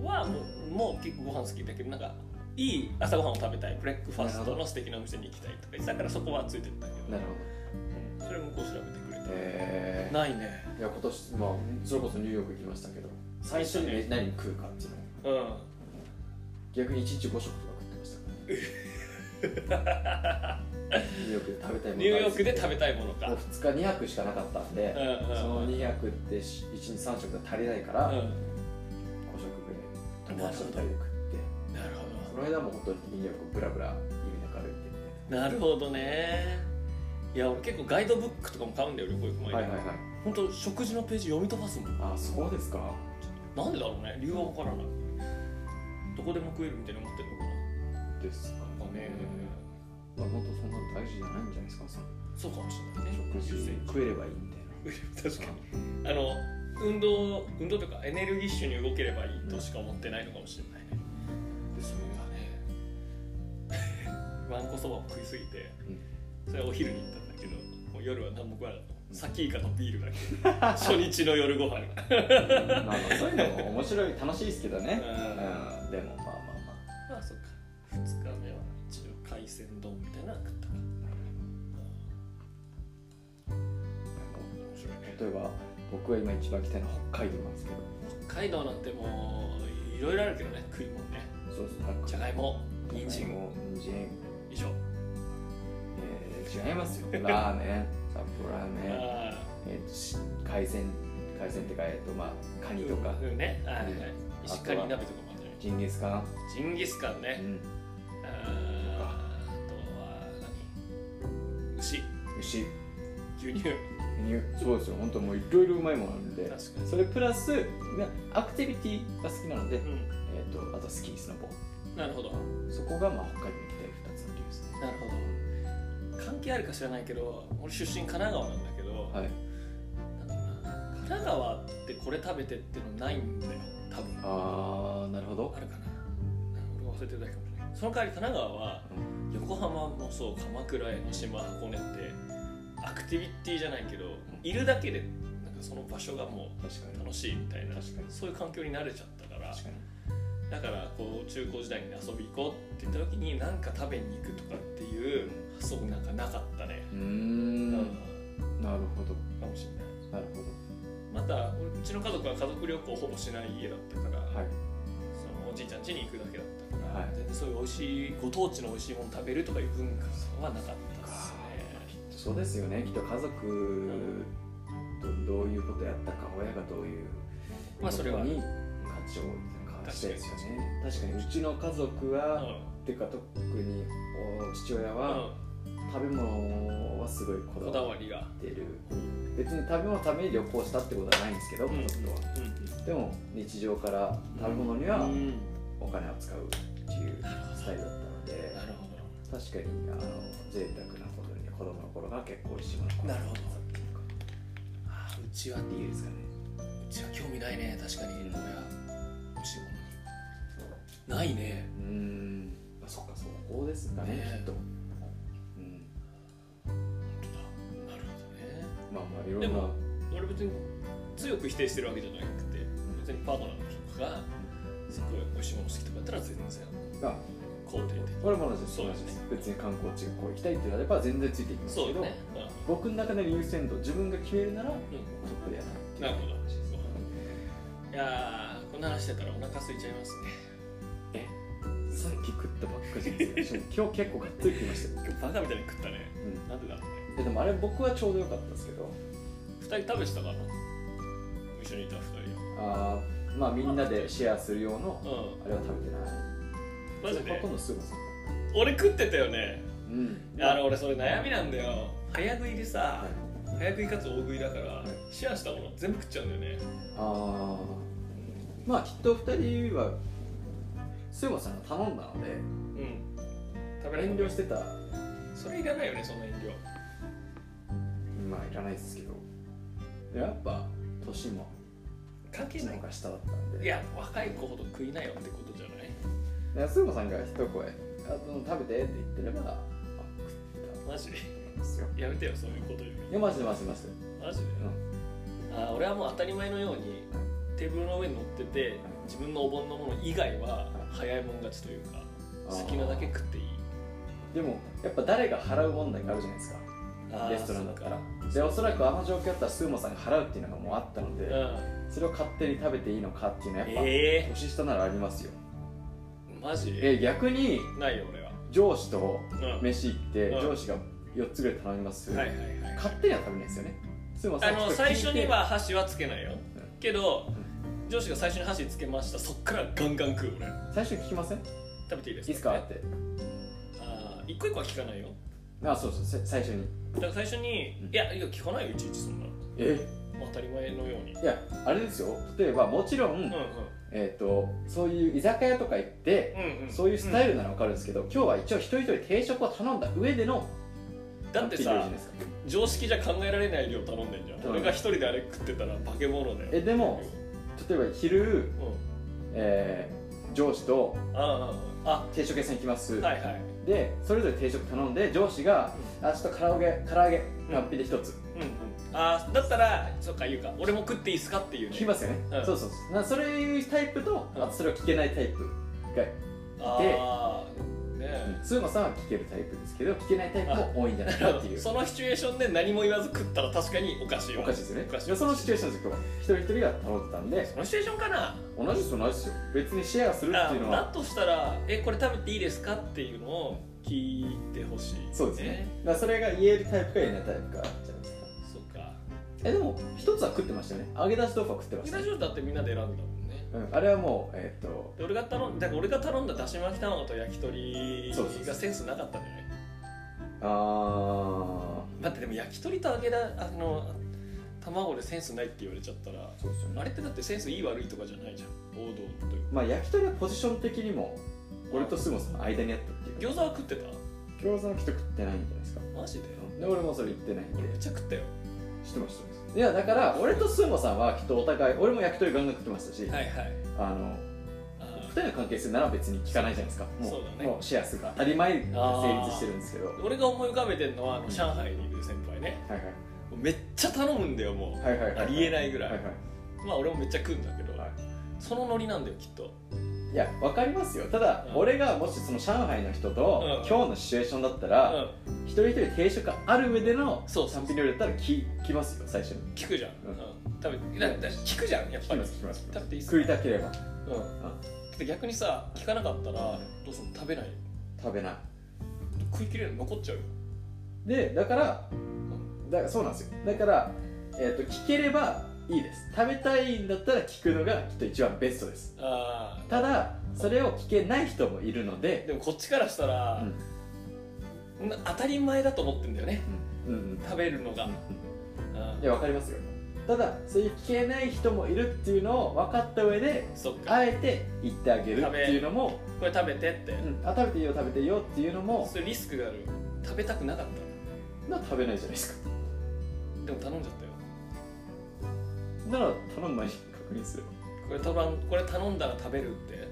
はもうもう結構ご飯好きだけどなんかいい朝ごはんを食べたいブレックファストの素敵なお店に行きたいとか言ってたからそこはついてったけどなるほどそれ向こう調べてくれて、へえないねいや今年まあそれこそニューヨーク行きましたけど最初にね何食うかっていうのをうん逆に1日5食とか食ってましたから、 ね、ニューヨークで食べたいものニューヨークで食べたたいものかもう2日2泊しかなかったんで、うんうんその2泊って1日3食が足りないから、う5ん食ぐらい友達と2人で食ってなるそほの間も本当にニューヨークブラブラ意味なく歩いてみどなるほどねいや俺結構ガイドブックとかも買うんだよ旅行行く前たいに、なはいはいはいほんと食事のページ読み飛ばすもんあそうですかなんでだろうね理由は分からないどこでも食えるみたいな思ってるのかですかななんかねまあ本当そんなの大事じゃないんじゃないですかそのそうかもしれないね食事食えればいいみたいな確かにあの運動運動とかエネルギッシュに動ければいいとしか思ってないのかもしれないね、ですねね わんこそばを食いすぎてうんそれはお昼に行ったんだけどもう夜は何も食わなかったサキイカとビールだけ 初日の夜ご飯まあまあそういうのも面白い楽しいですけどねうんうんでもまあまあまあまあそっか2日目は一応海鮮丼みたいなの食ったから面白いね例えば僕が今一番来たいのは北海道なんですけど北海道なんてもういろいろあるけどね食いもんねそうそうなんかじゃがいも人参も人参以上えー違い ますよラーメンサップラーメンああえーとし海鮮海鮮ってかえっとまあカニとかうんうんねはいはいん石狩鍋とかもあるねジンギスカンジンギスカンうねんあーあとは何牛牛牛乳輸入そうですよ本当もういろいろうまいものあるんで確かにそれプラスまあアクティビティが好きなのでうんえっとあとはスキースノボなるほどそこがまあ北海道に行きたい2つの理由ですねなるほど関係あるか知らないけど俺出身神奈川なんだけど、はいなんだろうな神奈川ってこれ食べてってのないんだよ多分ああなるほどあるかなうん俺が忘れてるだけかもしれないその代わり神奈川は横浜もそう鎌倉江ノ島箱根ってアクティビティじゃないけどいるだけでなんかその場所がも確かうに楽しいみたいな確かにそういう環境に慣れちゃったから確かにだからこう中高時代に遊び行こうって言った時に何か食べに行くとかっていう発想なんかなかったね、うーうんんなるほどかもしれないなるほまた俺うちの家族は家族旅行ほぼしない家だったから、どはいそのおじいちゃん家に行くだけだったから、はい全然そういう美味しいご当地の美味しいもの食べるとかいう文化はなかったですねそうですよねきっと家族と分どういうことやったか親がどういうまあそれはことに価値を置いてたかですよね確かにうちの家族うは、んっていうか特にお父親は、う食べ物はすごいこんこだだわわりがってる別に食べ物のために旅行したってことはないんですけど家族とは、うんうんでも日常から食べ物にはうんお金を使うっていうスタイルだったのでなるほ確かにあの贅沢なことに子供の頃が結構一番どなるほどあーうちはっていいですかねうちは興味ないね確かに親欲しいものにないねうーんあそっかそこですかねねきっと、うん、本当だなるほどねまあまあいろんなでも俺別に強く否定してるわけじゃなくて別にパートナーの人がすごい美味しいもの好きとかやったら全然あ肯定で俺も同じですそうですね同じ別に観光地がこう行きたいってなれば全然ついていきますそけうだど、ね、僕の中での優先度自分が決めるならうんうトップでやらないってん、いなるほどう話ですいやーこんな話してたらお腹空いちゃいますねさっき食ったばっかじゃないですか今日結構がっつり食いましたよ、今日バカみたいに食ったねうんなんでだろうねいやでもあれ僕はちょうど良かったんですけど2人食べてたかな一緒にいた2あーまあみんなでシェアする用の人うんあれは食べてないマジそこはで今度すぐです俺食ってたよねうんあの俺それ悩みなんだよ早食いでさはい早食いかつ大食いだからいシェアしたもの全部食っちゃうんだよねあーまあきっと2人はスーモさんが頼んだのでうん食べれ遠ん慮してたそれいらないよねその遠慮まあいらないですけどやっぱ年も関係年なのい方が下だったんでいや若い子ほど食いなよってことじゃないだからスーモさんが一声あの食べてって言ってればあ食ってマジでたんですよやめてよそういうことよいやマジでマジでマジでマジで、あー俺はもう当たり前のようにテーブルの上に乗ってて自分のお盆のもの以外は早いもん勝ちというかあー好きなだけ食っていいでもやっぱ誰が払う問題があるじゃないですかあーレストランだったらそうかでおそらくあの状況だったらスーモさんが払うっていうのがもうあったのうでんそれを勝手に食べていいのかっていうのはやっぱえ年下ならありますよー、マジえ逆にないよ俺は上司とうん飯行ってうん上司が4つぐらい頼みます、はいはいはい勝手には食べないですよねすいませんあの最初には箸はつけないよんけど上司が最初に箸つけましたそっからガンガン食う俺最初に聞きませんい食べていいでいすかっすかってあー一個一個は聞かないよあそうそうせ最初にだから最初に、うんいやいや聞かないよいちいちそんなのえもう当たり前のようにいやあれですよ例えばもちろうん、んうんえー、とそういう居酒屋とか行って、うんうんそういうスタイルなら分かるんですけど、今日は一応一人一人定食を頼んだ上でのだっていいじゃなさいですか常識じゃ考えられない量頼んでんじゃん、うん俺が一人であれ食ってたら化け物だよえでも例えば昼、うんえー上司とあああ定食屋さん行きます、あはいはいでそれぞれ定食頼んで上司が「あちょっと唐揚げ唐揚げラッピで一つ」うんうんあだったらそっか言うか俺も食っていいっすかっていうね聞きますよね、うんそうそうそうなそれいうタイプと、うんあとそれを聞けないタイプがああねえスーマさんは聞けるタイプですけど聞けないタイプも多いんじゃないかっていうそのシチュエーションで何も言わず食ったら確かにおかしいおわかしいですよねおかしいいやそのシチュエーションですよ今日は一人一人が頼んでたんでそのシチュエーションかな同じ人同じですよ別にシェアするってあいうのだはとしたらえこれ食べていいですかっていうのを聞いてほしい、そうですねだからそれが言えるタイプか言えないタイプかじゃないですかそっかえでも一つは食ってましたよね揚げ出し豆腐は食ってまスしたタね、ジオだってみんなで選んだもんねうん、あれはもうえーっとで俺が頼んだから俺が頼んだだし巻き卵と焼き鳥そうそうそうがセンスなかったんじゃないあだってでも焼き鳥と揚げだあの卵でセンスないって言われちゃったらーそうですよねあれってだってセンスいい悪いとかじゃないじゃん王道というまあ焼き鳥はポジション的にも俺とスーモさんの間にあったっていう餃子は食ってた餃子の人食ってないんじゃないですかマジでで俺もそれ言ってないんで俺めっちゃ食ったよ知ってます知ってますいやだから俺とスーモさんはきっとお互い俺も焼き鳥ガンガン食ってましたし、いはいあのあ二人の関係性なら別に聞かないじゃないですかもうそうだねもうシェアするから当たり前で成立してるんですけどはー俺が思い浮かべてるのはあのうん上海にいる先輩ねいもうめっちゃ頼むんだよもう、はいはいはいはあいりえないぐら、はいいはいまあ俺もめっちゃ食うんだけど、はいそのノリなんだよきっといやわかりますよただ、うん俺がもしその上海の人と、うん今日のシチュエーションだったら、う一人一人定食ある上でのんそうそう賛否料理だったら聞きますよ最初に聞くじゃん、うんうん食べだだ聞くじゃんやっぱり聞きます食べていいっすか食いたければうんだって逆にさ聞かなかったらどうすんの食べない食べない食いきれるの残っちゃうよでだからだからそうなんですよだからえー、と聞ければいいです食べたいんだったら聞くのがきっと一番ベストですあただそれを聞けない人もいるのーで、でもこっちからしたら、な当たり前だと思ってんだよねうんうん食べるのが、あいーやわかりますよただそういう聞けない人もいるっていうのを分かった上でそっかあえて言ってあげるっていうのも、これ食べてって、うん、あ食べていいよ食べていいよっていうのもそれリスクがある食べたくなかったな食べないじゃないですかでも頼んじゃったよなら頼む前に確認するこれたばんこれ頼んだら食べるって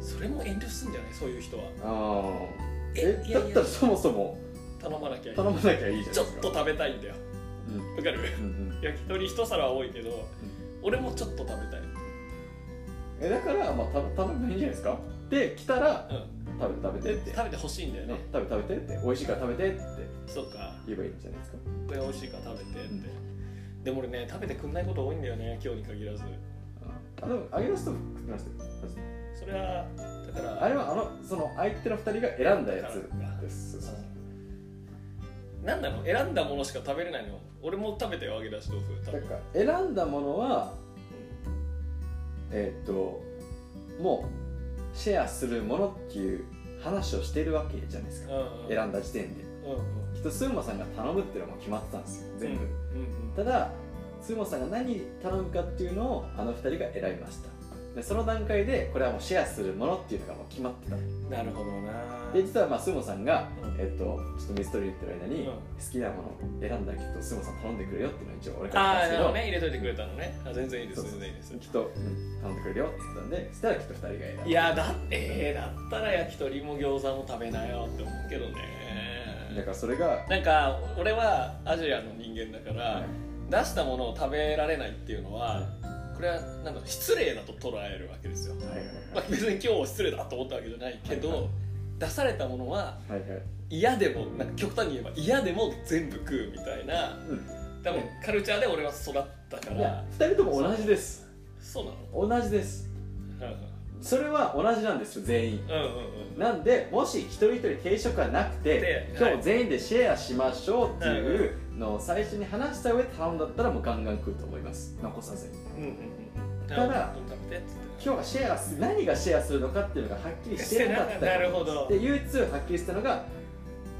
それも遠慮すんじゃないそういう人はああええいやだいっやたらそもそも頼まなきゃいい頼まなきゃいいじゃちなょいっですかと食べたいんだよわかるうんうんうん焼き鳥一皿は多いけど、俺もちょっと食べたい、えだから、まあ、た頼めばいいんじゃないですかで来たらうん、食べ食べてって、食べてほしいんだよね、ね、食べ食べてって美味しいから食べてってそっか言えばいいんじゃないですかこれ美味しいから食べてって、でも俺ね食べてくんないこと多いんだよね今日に限らずあでも揚げ出すと食ってましたよそれはだからあれはあのその相手の2人が選んだやだからつですうんなんなの選んだものしか食べれないの俺も食べたよ揚げ出し豆腐多だ分から選んだものはうえーっともうシェアするものっていう話をしてるわけじゃないですかんうんうん選んだ時点でうんうんきっとスーモさんが頼むっていうのはもう決まってたんですよ全部、うんうんただスーモさんが何頼むかっていうのをあの2人が選びましたでその段階でこれはもうシェアするものっていうのがもう決まってたうんなるほどなで実はまあスーモさんが、うんえっと、ちょっとミストリー言ってる間に、うん好きなものを選んだらきっとスーモさん頼んでくれるよっていうのを一応俺からああ言なっるほたどんね入れですといてくれたのねあ全然いいですそうそ全う然いいですけど、きっと、うん頼んでくれるよって言ったんでそしたらきっと2人が選んだいやだってえーだったら焼き鳥も餃子も食べなよって思うけどだねからそれが、なんか俺はアジアの人間だからはい出したものを食べられないっていうのはこれはなんか失礼だと捉えるわけですよはいはいまあ、別に今日失礼だと思ったわけじゃないけど、はいはい出されたものははいはいはい嫌でもなんか極端に言えば嫌でも全部食うみたいな多分カルチャーで俺は育ったかいやら2人とも同じですそうなの同じですうそれは同じなんですよ全員んうんうんなんでもし一人一人定食がなくてで今は日い全員でシェアしましょうっていうのを最初に話した上で頼んだったらもうガンガン食うと思います残さずにうんうんうんただ食べてっつって今日はシェアす何がシェアするのかっていうのがはっきりしてなかったなるほどで唯一はっきりしたのが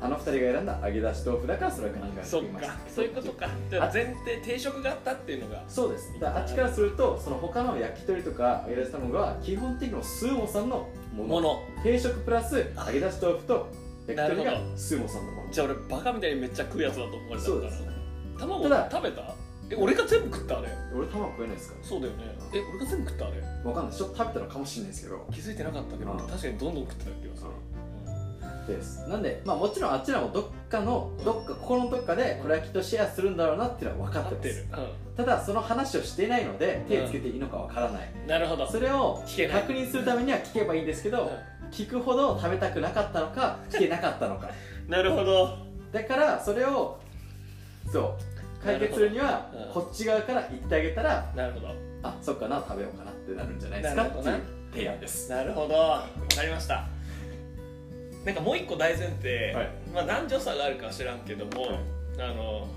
あの二人が選んだ揚げ出し豆腐だからそれはガンガンそ食っいましかたそういうことかだから前提定食があったっていうのがそうですだからあっちからするとその他の焼き鳥とか揚げ出し卵は基本的にもうスーモさんのものもの定食プラス揚げ出し豆腐と焼き鳥ながるほスーモさんのものじゃあ俺バカみたいにめっちゃ食うやつだと思われたそうかでらす卵ただ食べたえ俺が全部食ったあれ俺卵食えないですかそうだよねえ俺が全部食ったあれらわかんないちょっと食べたのかもしれないですけど気づいてなかったけど、うん確かにどんどん食ってた気がする、ですなんでまあもちろんあっちらもどっかのどっか心のどっかでこれはきっとシェアするんだろうなっていうのは分かってますただその話をしていないので手つけていいのかわからない、うんなるほどそれを聞けない確認するためには聞けばいいんですけど、聞くほど食べたくなかったのか聞けなかった のかうんなるほどだからそれをそう解決するにはなるほどうんこっち側から言ってあげたらなるほどあそっかな食べようかなってなるんじゃないですかなるっほどていねう提案ですなるほどわかりましたなんかもう一個大前提、はいまあ、男女差があるかは知らんけども、はいあの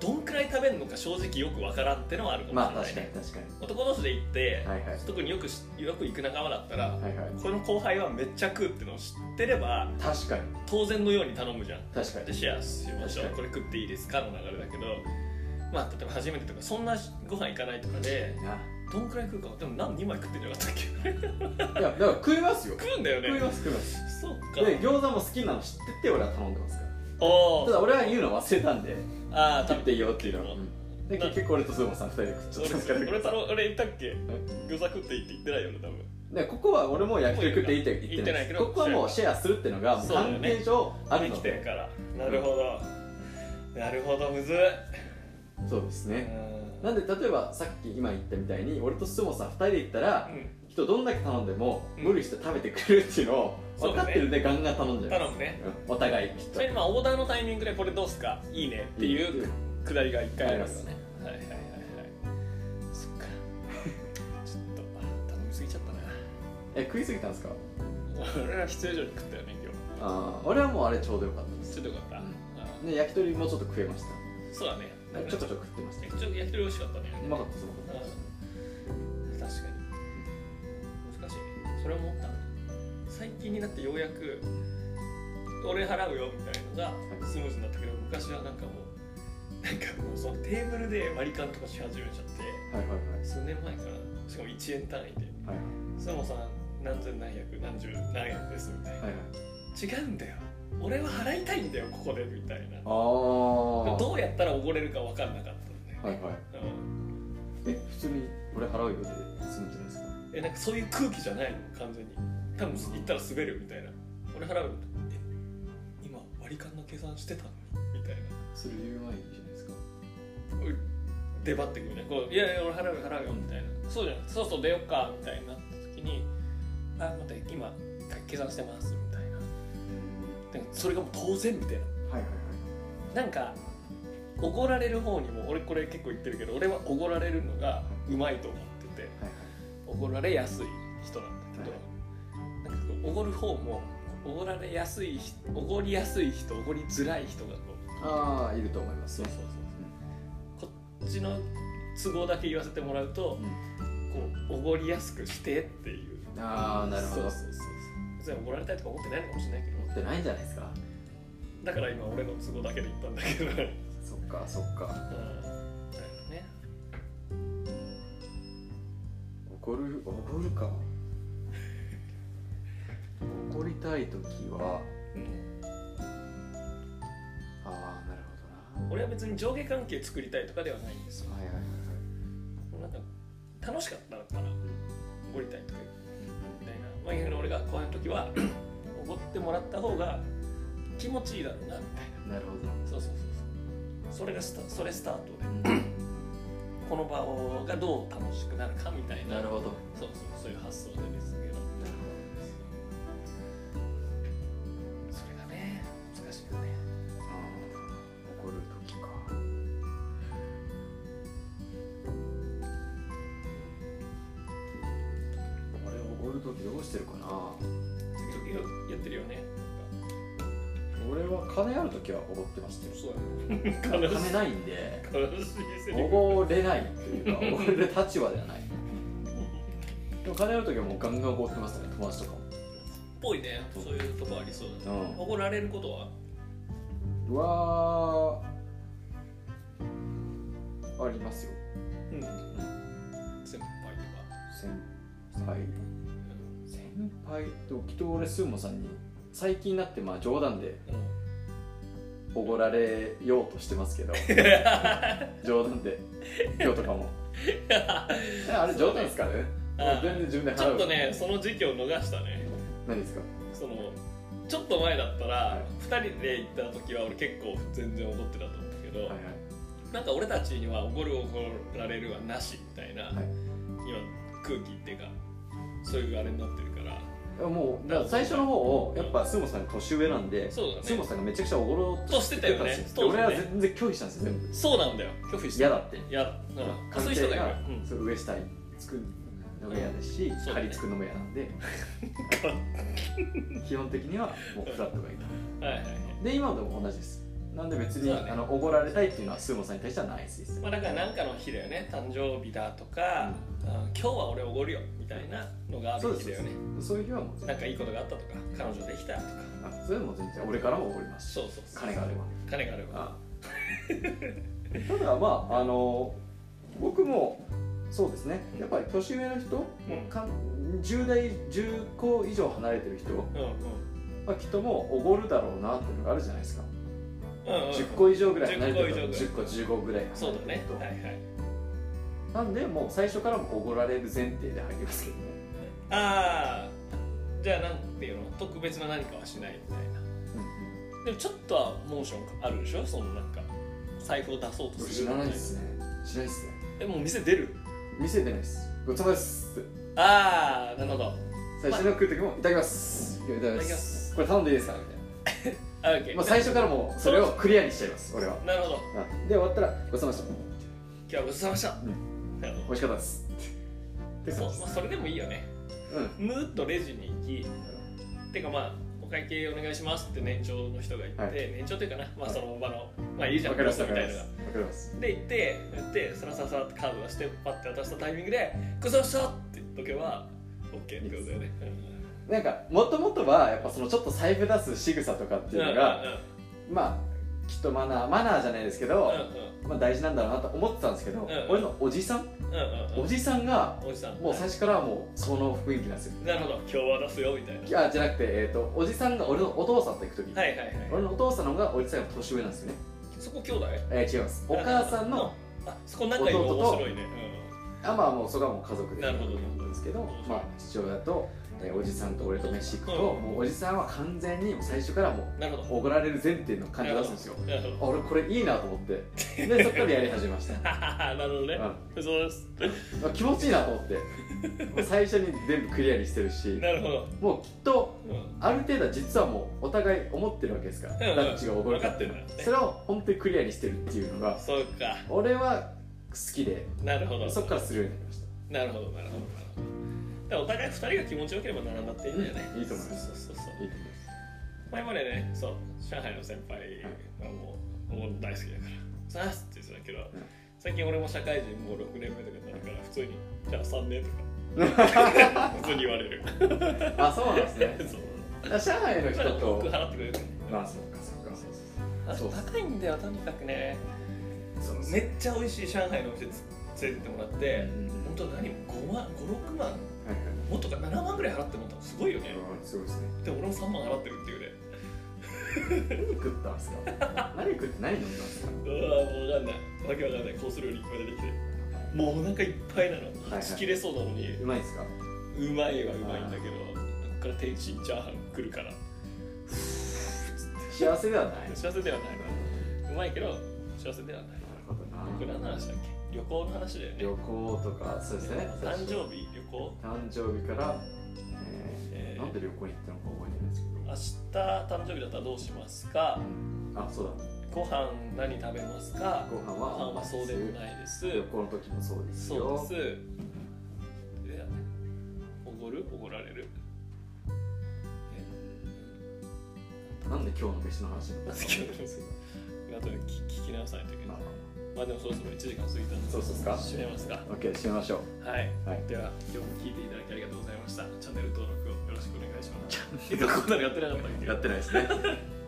どんくらい食べるのか正直よくわからんってのはあるかもまあしれない確かにね、確か男同士で行って、にはいはい特によくしよく行く仲間だったら、はいはいこの後輩はめっちゃ食うってのを知ってれば確かに当然のように頼むじゃん確かにでシェアしましょう確こかれ食っていいですかの流れだけどまあ例えば初めてとかそんなご飯行かないとかでなどんくらい食うかでも何2枚食ってんじゃなかった っけいやだから食いますよ食うんだよね食います食いますそうかで餃子も好きなの知ってて俺は頼んでますからおただー俺は言うの忘れたんであー食べていいよっていうのは食で結局俺と相馬さん2人で食っべちゃったんでてすかる俺俺ら太郎俺言ったっけ餃子食っていいって言ってないよね多分 でここは俺も焼き鳥食っていいって言ってない言ってないけどここはもうシェアするっていうのがもうそうだよね関係上あるできのてるでからなるほどなるほどむずいそうですうねんなんで例えばさっき今言ったみたいに俺と相馬さん2人で行ったらうん人どんだけ頼んでもうん無理して食べてくれるっていうのをそ分うかだっねてるんでガンガン頼んじゃいま頼むねすうんお互いきっそとれにまあオーダーのタイミングでこれどうすかいいねっていうくだりが一回ありますよねはいはいはいはいそっかちょっとあ頼みすぎちゃったなえ食いすぎたんですか俺ら必要以上に食ったよね今あー俺はもうあれちょうどよかったで日すちょっとよかった、うんあで焼き鳥もちょっと食えましたーそうだねなんかちょこちょこ食ってました焼よき鳥焼き鳥美味しかったねうまかったすごかったうん確かに難しいねそれも思った最近になってようやく俺払うよみたいのがスムーズになったけど昔はなんかもうなんかもうそのテーブルで割り勘とかし始めちゃってはいはいはい数年前からしかも1円単位ではいそれもさ何千何百何十何百ですみたいな、はいはい違うんだよ俺は払いたいんだよここでみたいなああどうやったらおごれるか分かんなかったんだよね、はいはいうんえ普通に俺払うよで済むんじゃないですかえなんかそういう空気じゃないの完全に多分行ったら滑るみたいな俺払うみたいなえ今割り勘の計算してたのにみたいなそれ言う前にいいじゃないですかおい出張ってくるねこういやいや俺払うよ払うよみたいなそうじゃんそうそう出よっかみたいになった時にあ待って今計算してますみたいなでそれがもう当然みたいなはいはいなんか怒られる方にも俺これ結構言ってるけど俺は怒られるのがうまいと思っててはい怒られやすい人なんだけど、なんかこう怒る方も怒られやすい人怒りやすい人怒りづらい人がこうはいはいああいると思いますそうそうそう、こっちの都合だけ言わせてもらうと、こう怒りやすくしてっていうああなるほどそうそうそうそう別に怒られたいとか思ってないのかもしれないけど持ってないんじゃないですかだから今俺の都合だけで言ったんだけどうんだよそっかそっかね怒る怒る か怒りたい時はああなるほ俺は別に上下関係作りたいとかではないんですよどなはいはいはいなんか楽しかったから怒りたいとかみたいな、まあ、逆に俺がこういう時は 怒ってもらった方が気持ちいいだろうなみたいはいなるほなそうそうそうそうそれがスタそれスタートでどこの場がどう楽しくなるかみたいななるほどそうそうそういう発想でですけどそれがね難しいよねあー怒る時か俺怒る時どうしてるか時な々やってるよね俺は金ある時は怒ってましたよそうやね 悲し金いないん で悲しいセリフ奢れないっていうか奢れる立場で はないでも金ある時はもうガンガン奢ってましたね友達とかぽいねそういうとこありそうだねも怒られることはうんうわーありますようん先輩とか先輩先輩ときっと俺スーモさんに最近になってまあ冗談でうんおごられようとしてます けど冗談で今日とかもえあれ冗談ですからねああ全然自分で払うちょっとねその時期を逃したね何ですかそのちょっと前だったはらい2人で行った時は俺結構全然怒ってたと思うんだけど、はいはいなんか俺たちには怒る怒られるはなしみたいな、はい今空気っていうかそういうあれになってるからでももうだから最初の方をやっぱスーモさんが年上なんで、そうだねスーモさんがめちゃくちゃおごろうとしてたんですよとしてたよねで俺は全然拒否したんですよ全部そうなんだよ拒否して嫌だっていや、うん、そういう人だよ、うん、そう上下つくのが嫌ですし、んそうだね仮つくのも嫌な んで基本的にはもうフラットがいいとはいはいはいで今でも同じですなんで別にそうだねあのおごられたいっていうのはスーモさんに対してはナイスですまあ、だから何かの日だよね誕生日だとか、あ今日は俺おごるよみたいなのがあそうるで日すだよねそういう日はもう全な然んかいいことがあったとか彼女できたとかあそれはもう全然俺からもおごりますしそうそうそう金があれば金があればあ ただまああの僕もそうですねやっぱり年上の人、うんか10代10個以上離れてる人、うんうんまあ、きっともうおごるだろうなっていうのがあるじゃないですか、うんうん10個以上ぐらい離れてると10 10個15ぐらいそ離うれだてるねと、はいはいなんでもう最初からもおごられる前提で入りますけどねああじゃあなんていうの特別な何かはしないみたいなでもちょっとはモーションあるでしょそのなんか財布を出そうと僕す知るらないですね知らないですねえもう店出る店出ないですごちそうさまですああなるほど最初の食う時もいただきますいやいただきいただきまますすこれ頼んでいいですかみたいあ OK、な、まあ、最初からもうそれをクリアにしちゃいます俺はなるほどあで終わったらごちそうさまでし今日はごちそうさまでした、うなるほどた美味しかったですっ てそ感うじでますあ、それでもいいよねうんむーっとレジに行きてかまあお会計お願いしますって年長の人が言って、はい年長というかな、まあ、はいその場の、まあいいじゃんわかりますみたいなのがわかりかりますで行ってやってサラサラサラってカード出してパッて渡したタイミングで「ごちそうさまでした!」って言っとけば OK ってことだよねなんかもともとはやっぱそのちょっと財布出す仕草とかっていうのが、まあきっとマナーマナーじゃないですけうんどうん、まあ、大事なんだろうなと思ってたんですけど、んうん俺のおじさんうんうんうんおじさんがおじさんもう最初からもうその雰囲気なんですよなるほど今日は出すよみたいなあじゃなくて、えー、とおじさんが俺のお父さんと行く時に、はいはいはい俺のお父さんの方がおじさんが年上なんですよね、そこ兄弟えー違いますお母さんのあそこ仲いいの弟と面白いねあまあもうそこはもう家族でなるほどんですけど、まあ、父親と、えーおじさんと俺と飯行くと、うんもうおじさんは完全に最初からもうんなるほどうおごられる前提の感じを出すんですよなるほど あ俺これいいなと思ってでそこからやり始めました、なるほどねうそうですん、あ気持ちいいなと思ってもう最初に全部クリアにしてるしなるほどもうきっとうんある程度は実はもうお互い思ってるわけですから、うんラッチがおごる分かからってんだよねそれを本当にクリアにしてるっていうのがそうか俺は好きでなるほどそっからするようになりましたなるほどなるほどなるほどだからお互い2人が気持ちよければ並んだっていいんだよね、うんいいと思いますそうそうそうそういいと思います前までねそう上海の先輩がもうもう大好きだから「さあ」って言ってたけど、ん最近俺も社会人もう6年目とかになるから普通に「じゃあ3年」とか 普通に言われるあそうなんです ねそう上海のだから人多くと払ってくれるまあそうかそうかそうあそう高いんだよとにかくねそうめっちゃ美味しい上海のお店つ連れてってもらって、うん本当何5万56万はいはいもっとか7万ぐらい払ってもらったのすごいよね、うんすごいですねで俺も3万払ってるっていうね何食ったんですか 何食って何飲んだんですかうわーもうわかんないわけわかんないコース料理いっぱい出てきてもうお腹いっぱいなのはい打ち切れそうなのにうまいですかうまいはうまいんだけどここから天津チャーハン来るから幸せではないなる幸せではないなうまいけど幸せではないほどこれな何の話だっけ旅行の話だよね旅行とかそうですね誕生日旅行誕生日から、ええー、ーなんで旅行に行ったのか覚えてないですけ明日誕生日だったらどうしますかどあそうご飯何食べますかだご飯ご飯ははそうでもないです旅行の時もそうですよそうですいやおごるおごられるなんで今日の飯の話にななんっでたの今日のですあとで聞聞き直さないといけなまいあままああでもそろそろ1時間過ぎたんでそうそうっすか締めますかまあ OK 締めましょうはい、はいでは今日も聞いていただきありがとうございましたチャンネル登録をよろしくお願いし ます結構こんなのやってなかったっけやってないですね、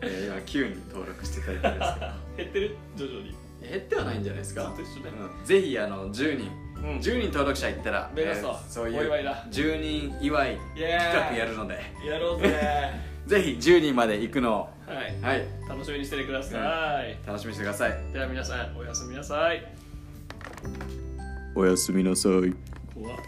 えー、今9人登録していただいてるんです減ってる徐々に けど減ってはないんじゃないですずっかと、一緒だよ、うん、ぜひあの10人うん10人登録者いったら目指えそう、ーそういお祝ういだ10人祝いイエーイ企画やるのでやろうぜぜひ10人まで行くのをはいはい楽しみにしててください、楽しみにしてくださいでは皆さんおやすみなさいおやすみなさい怖っ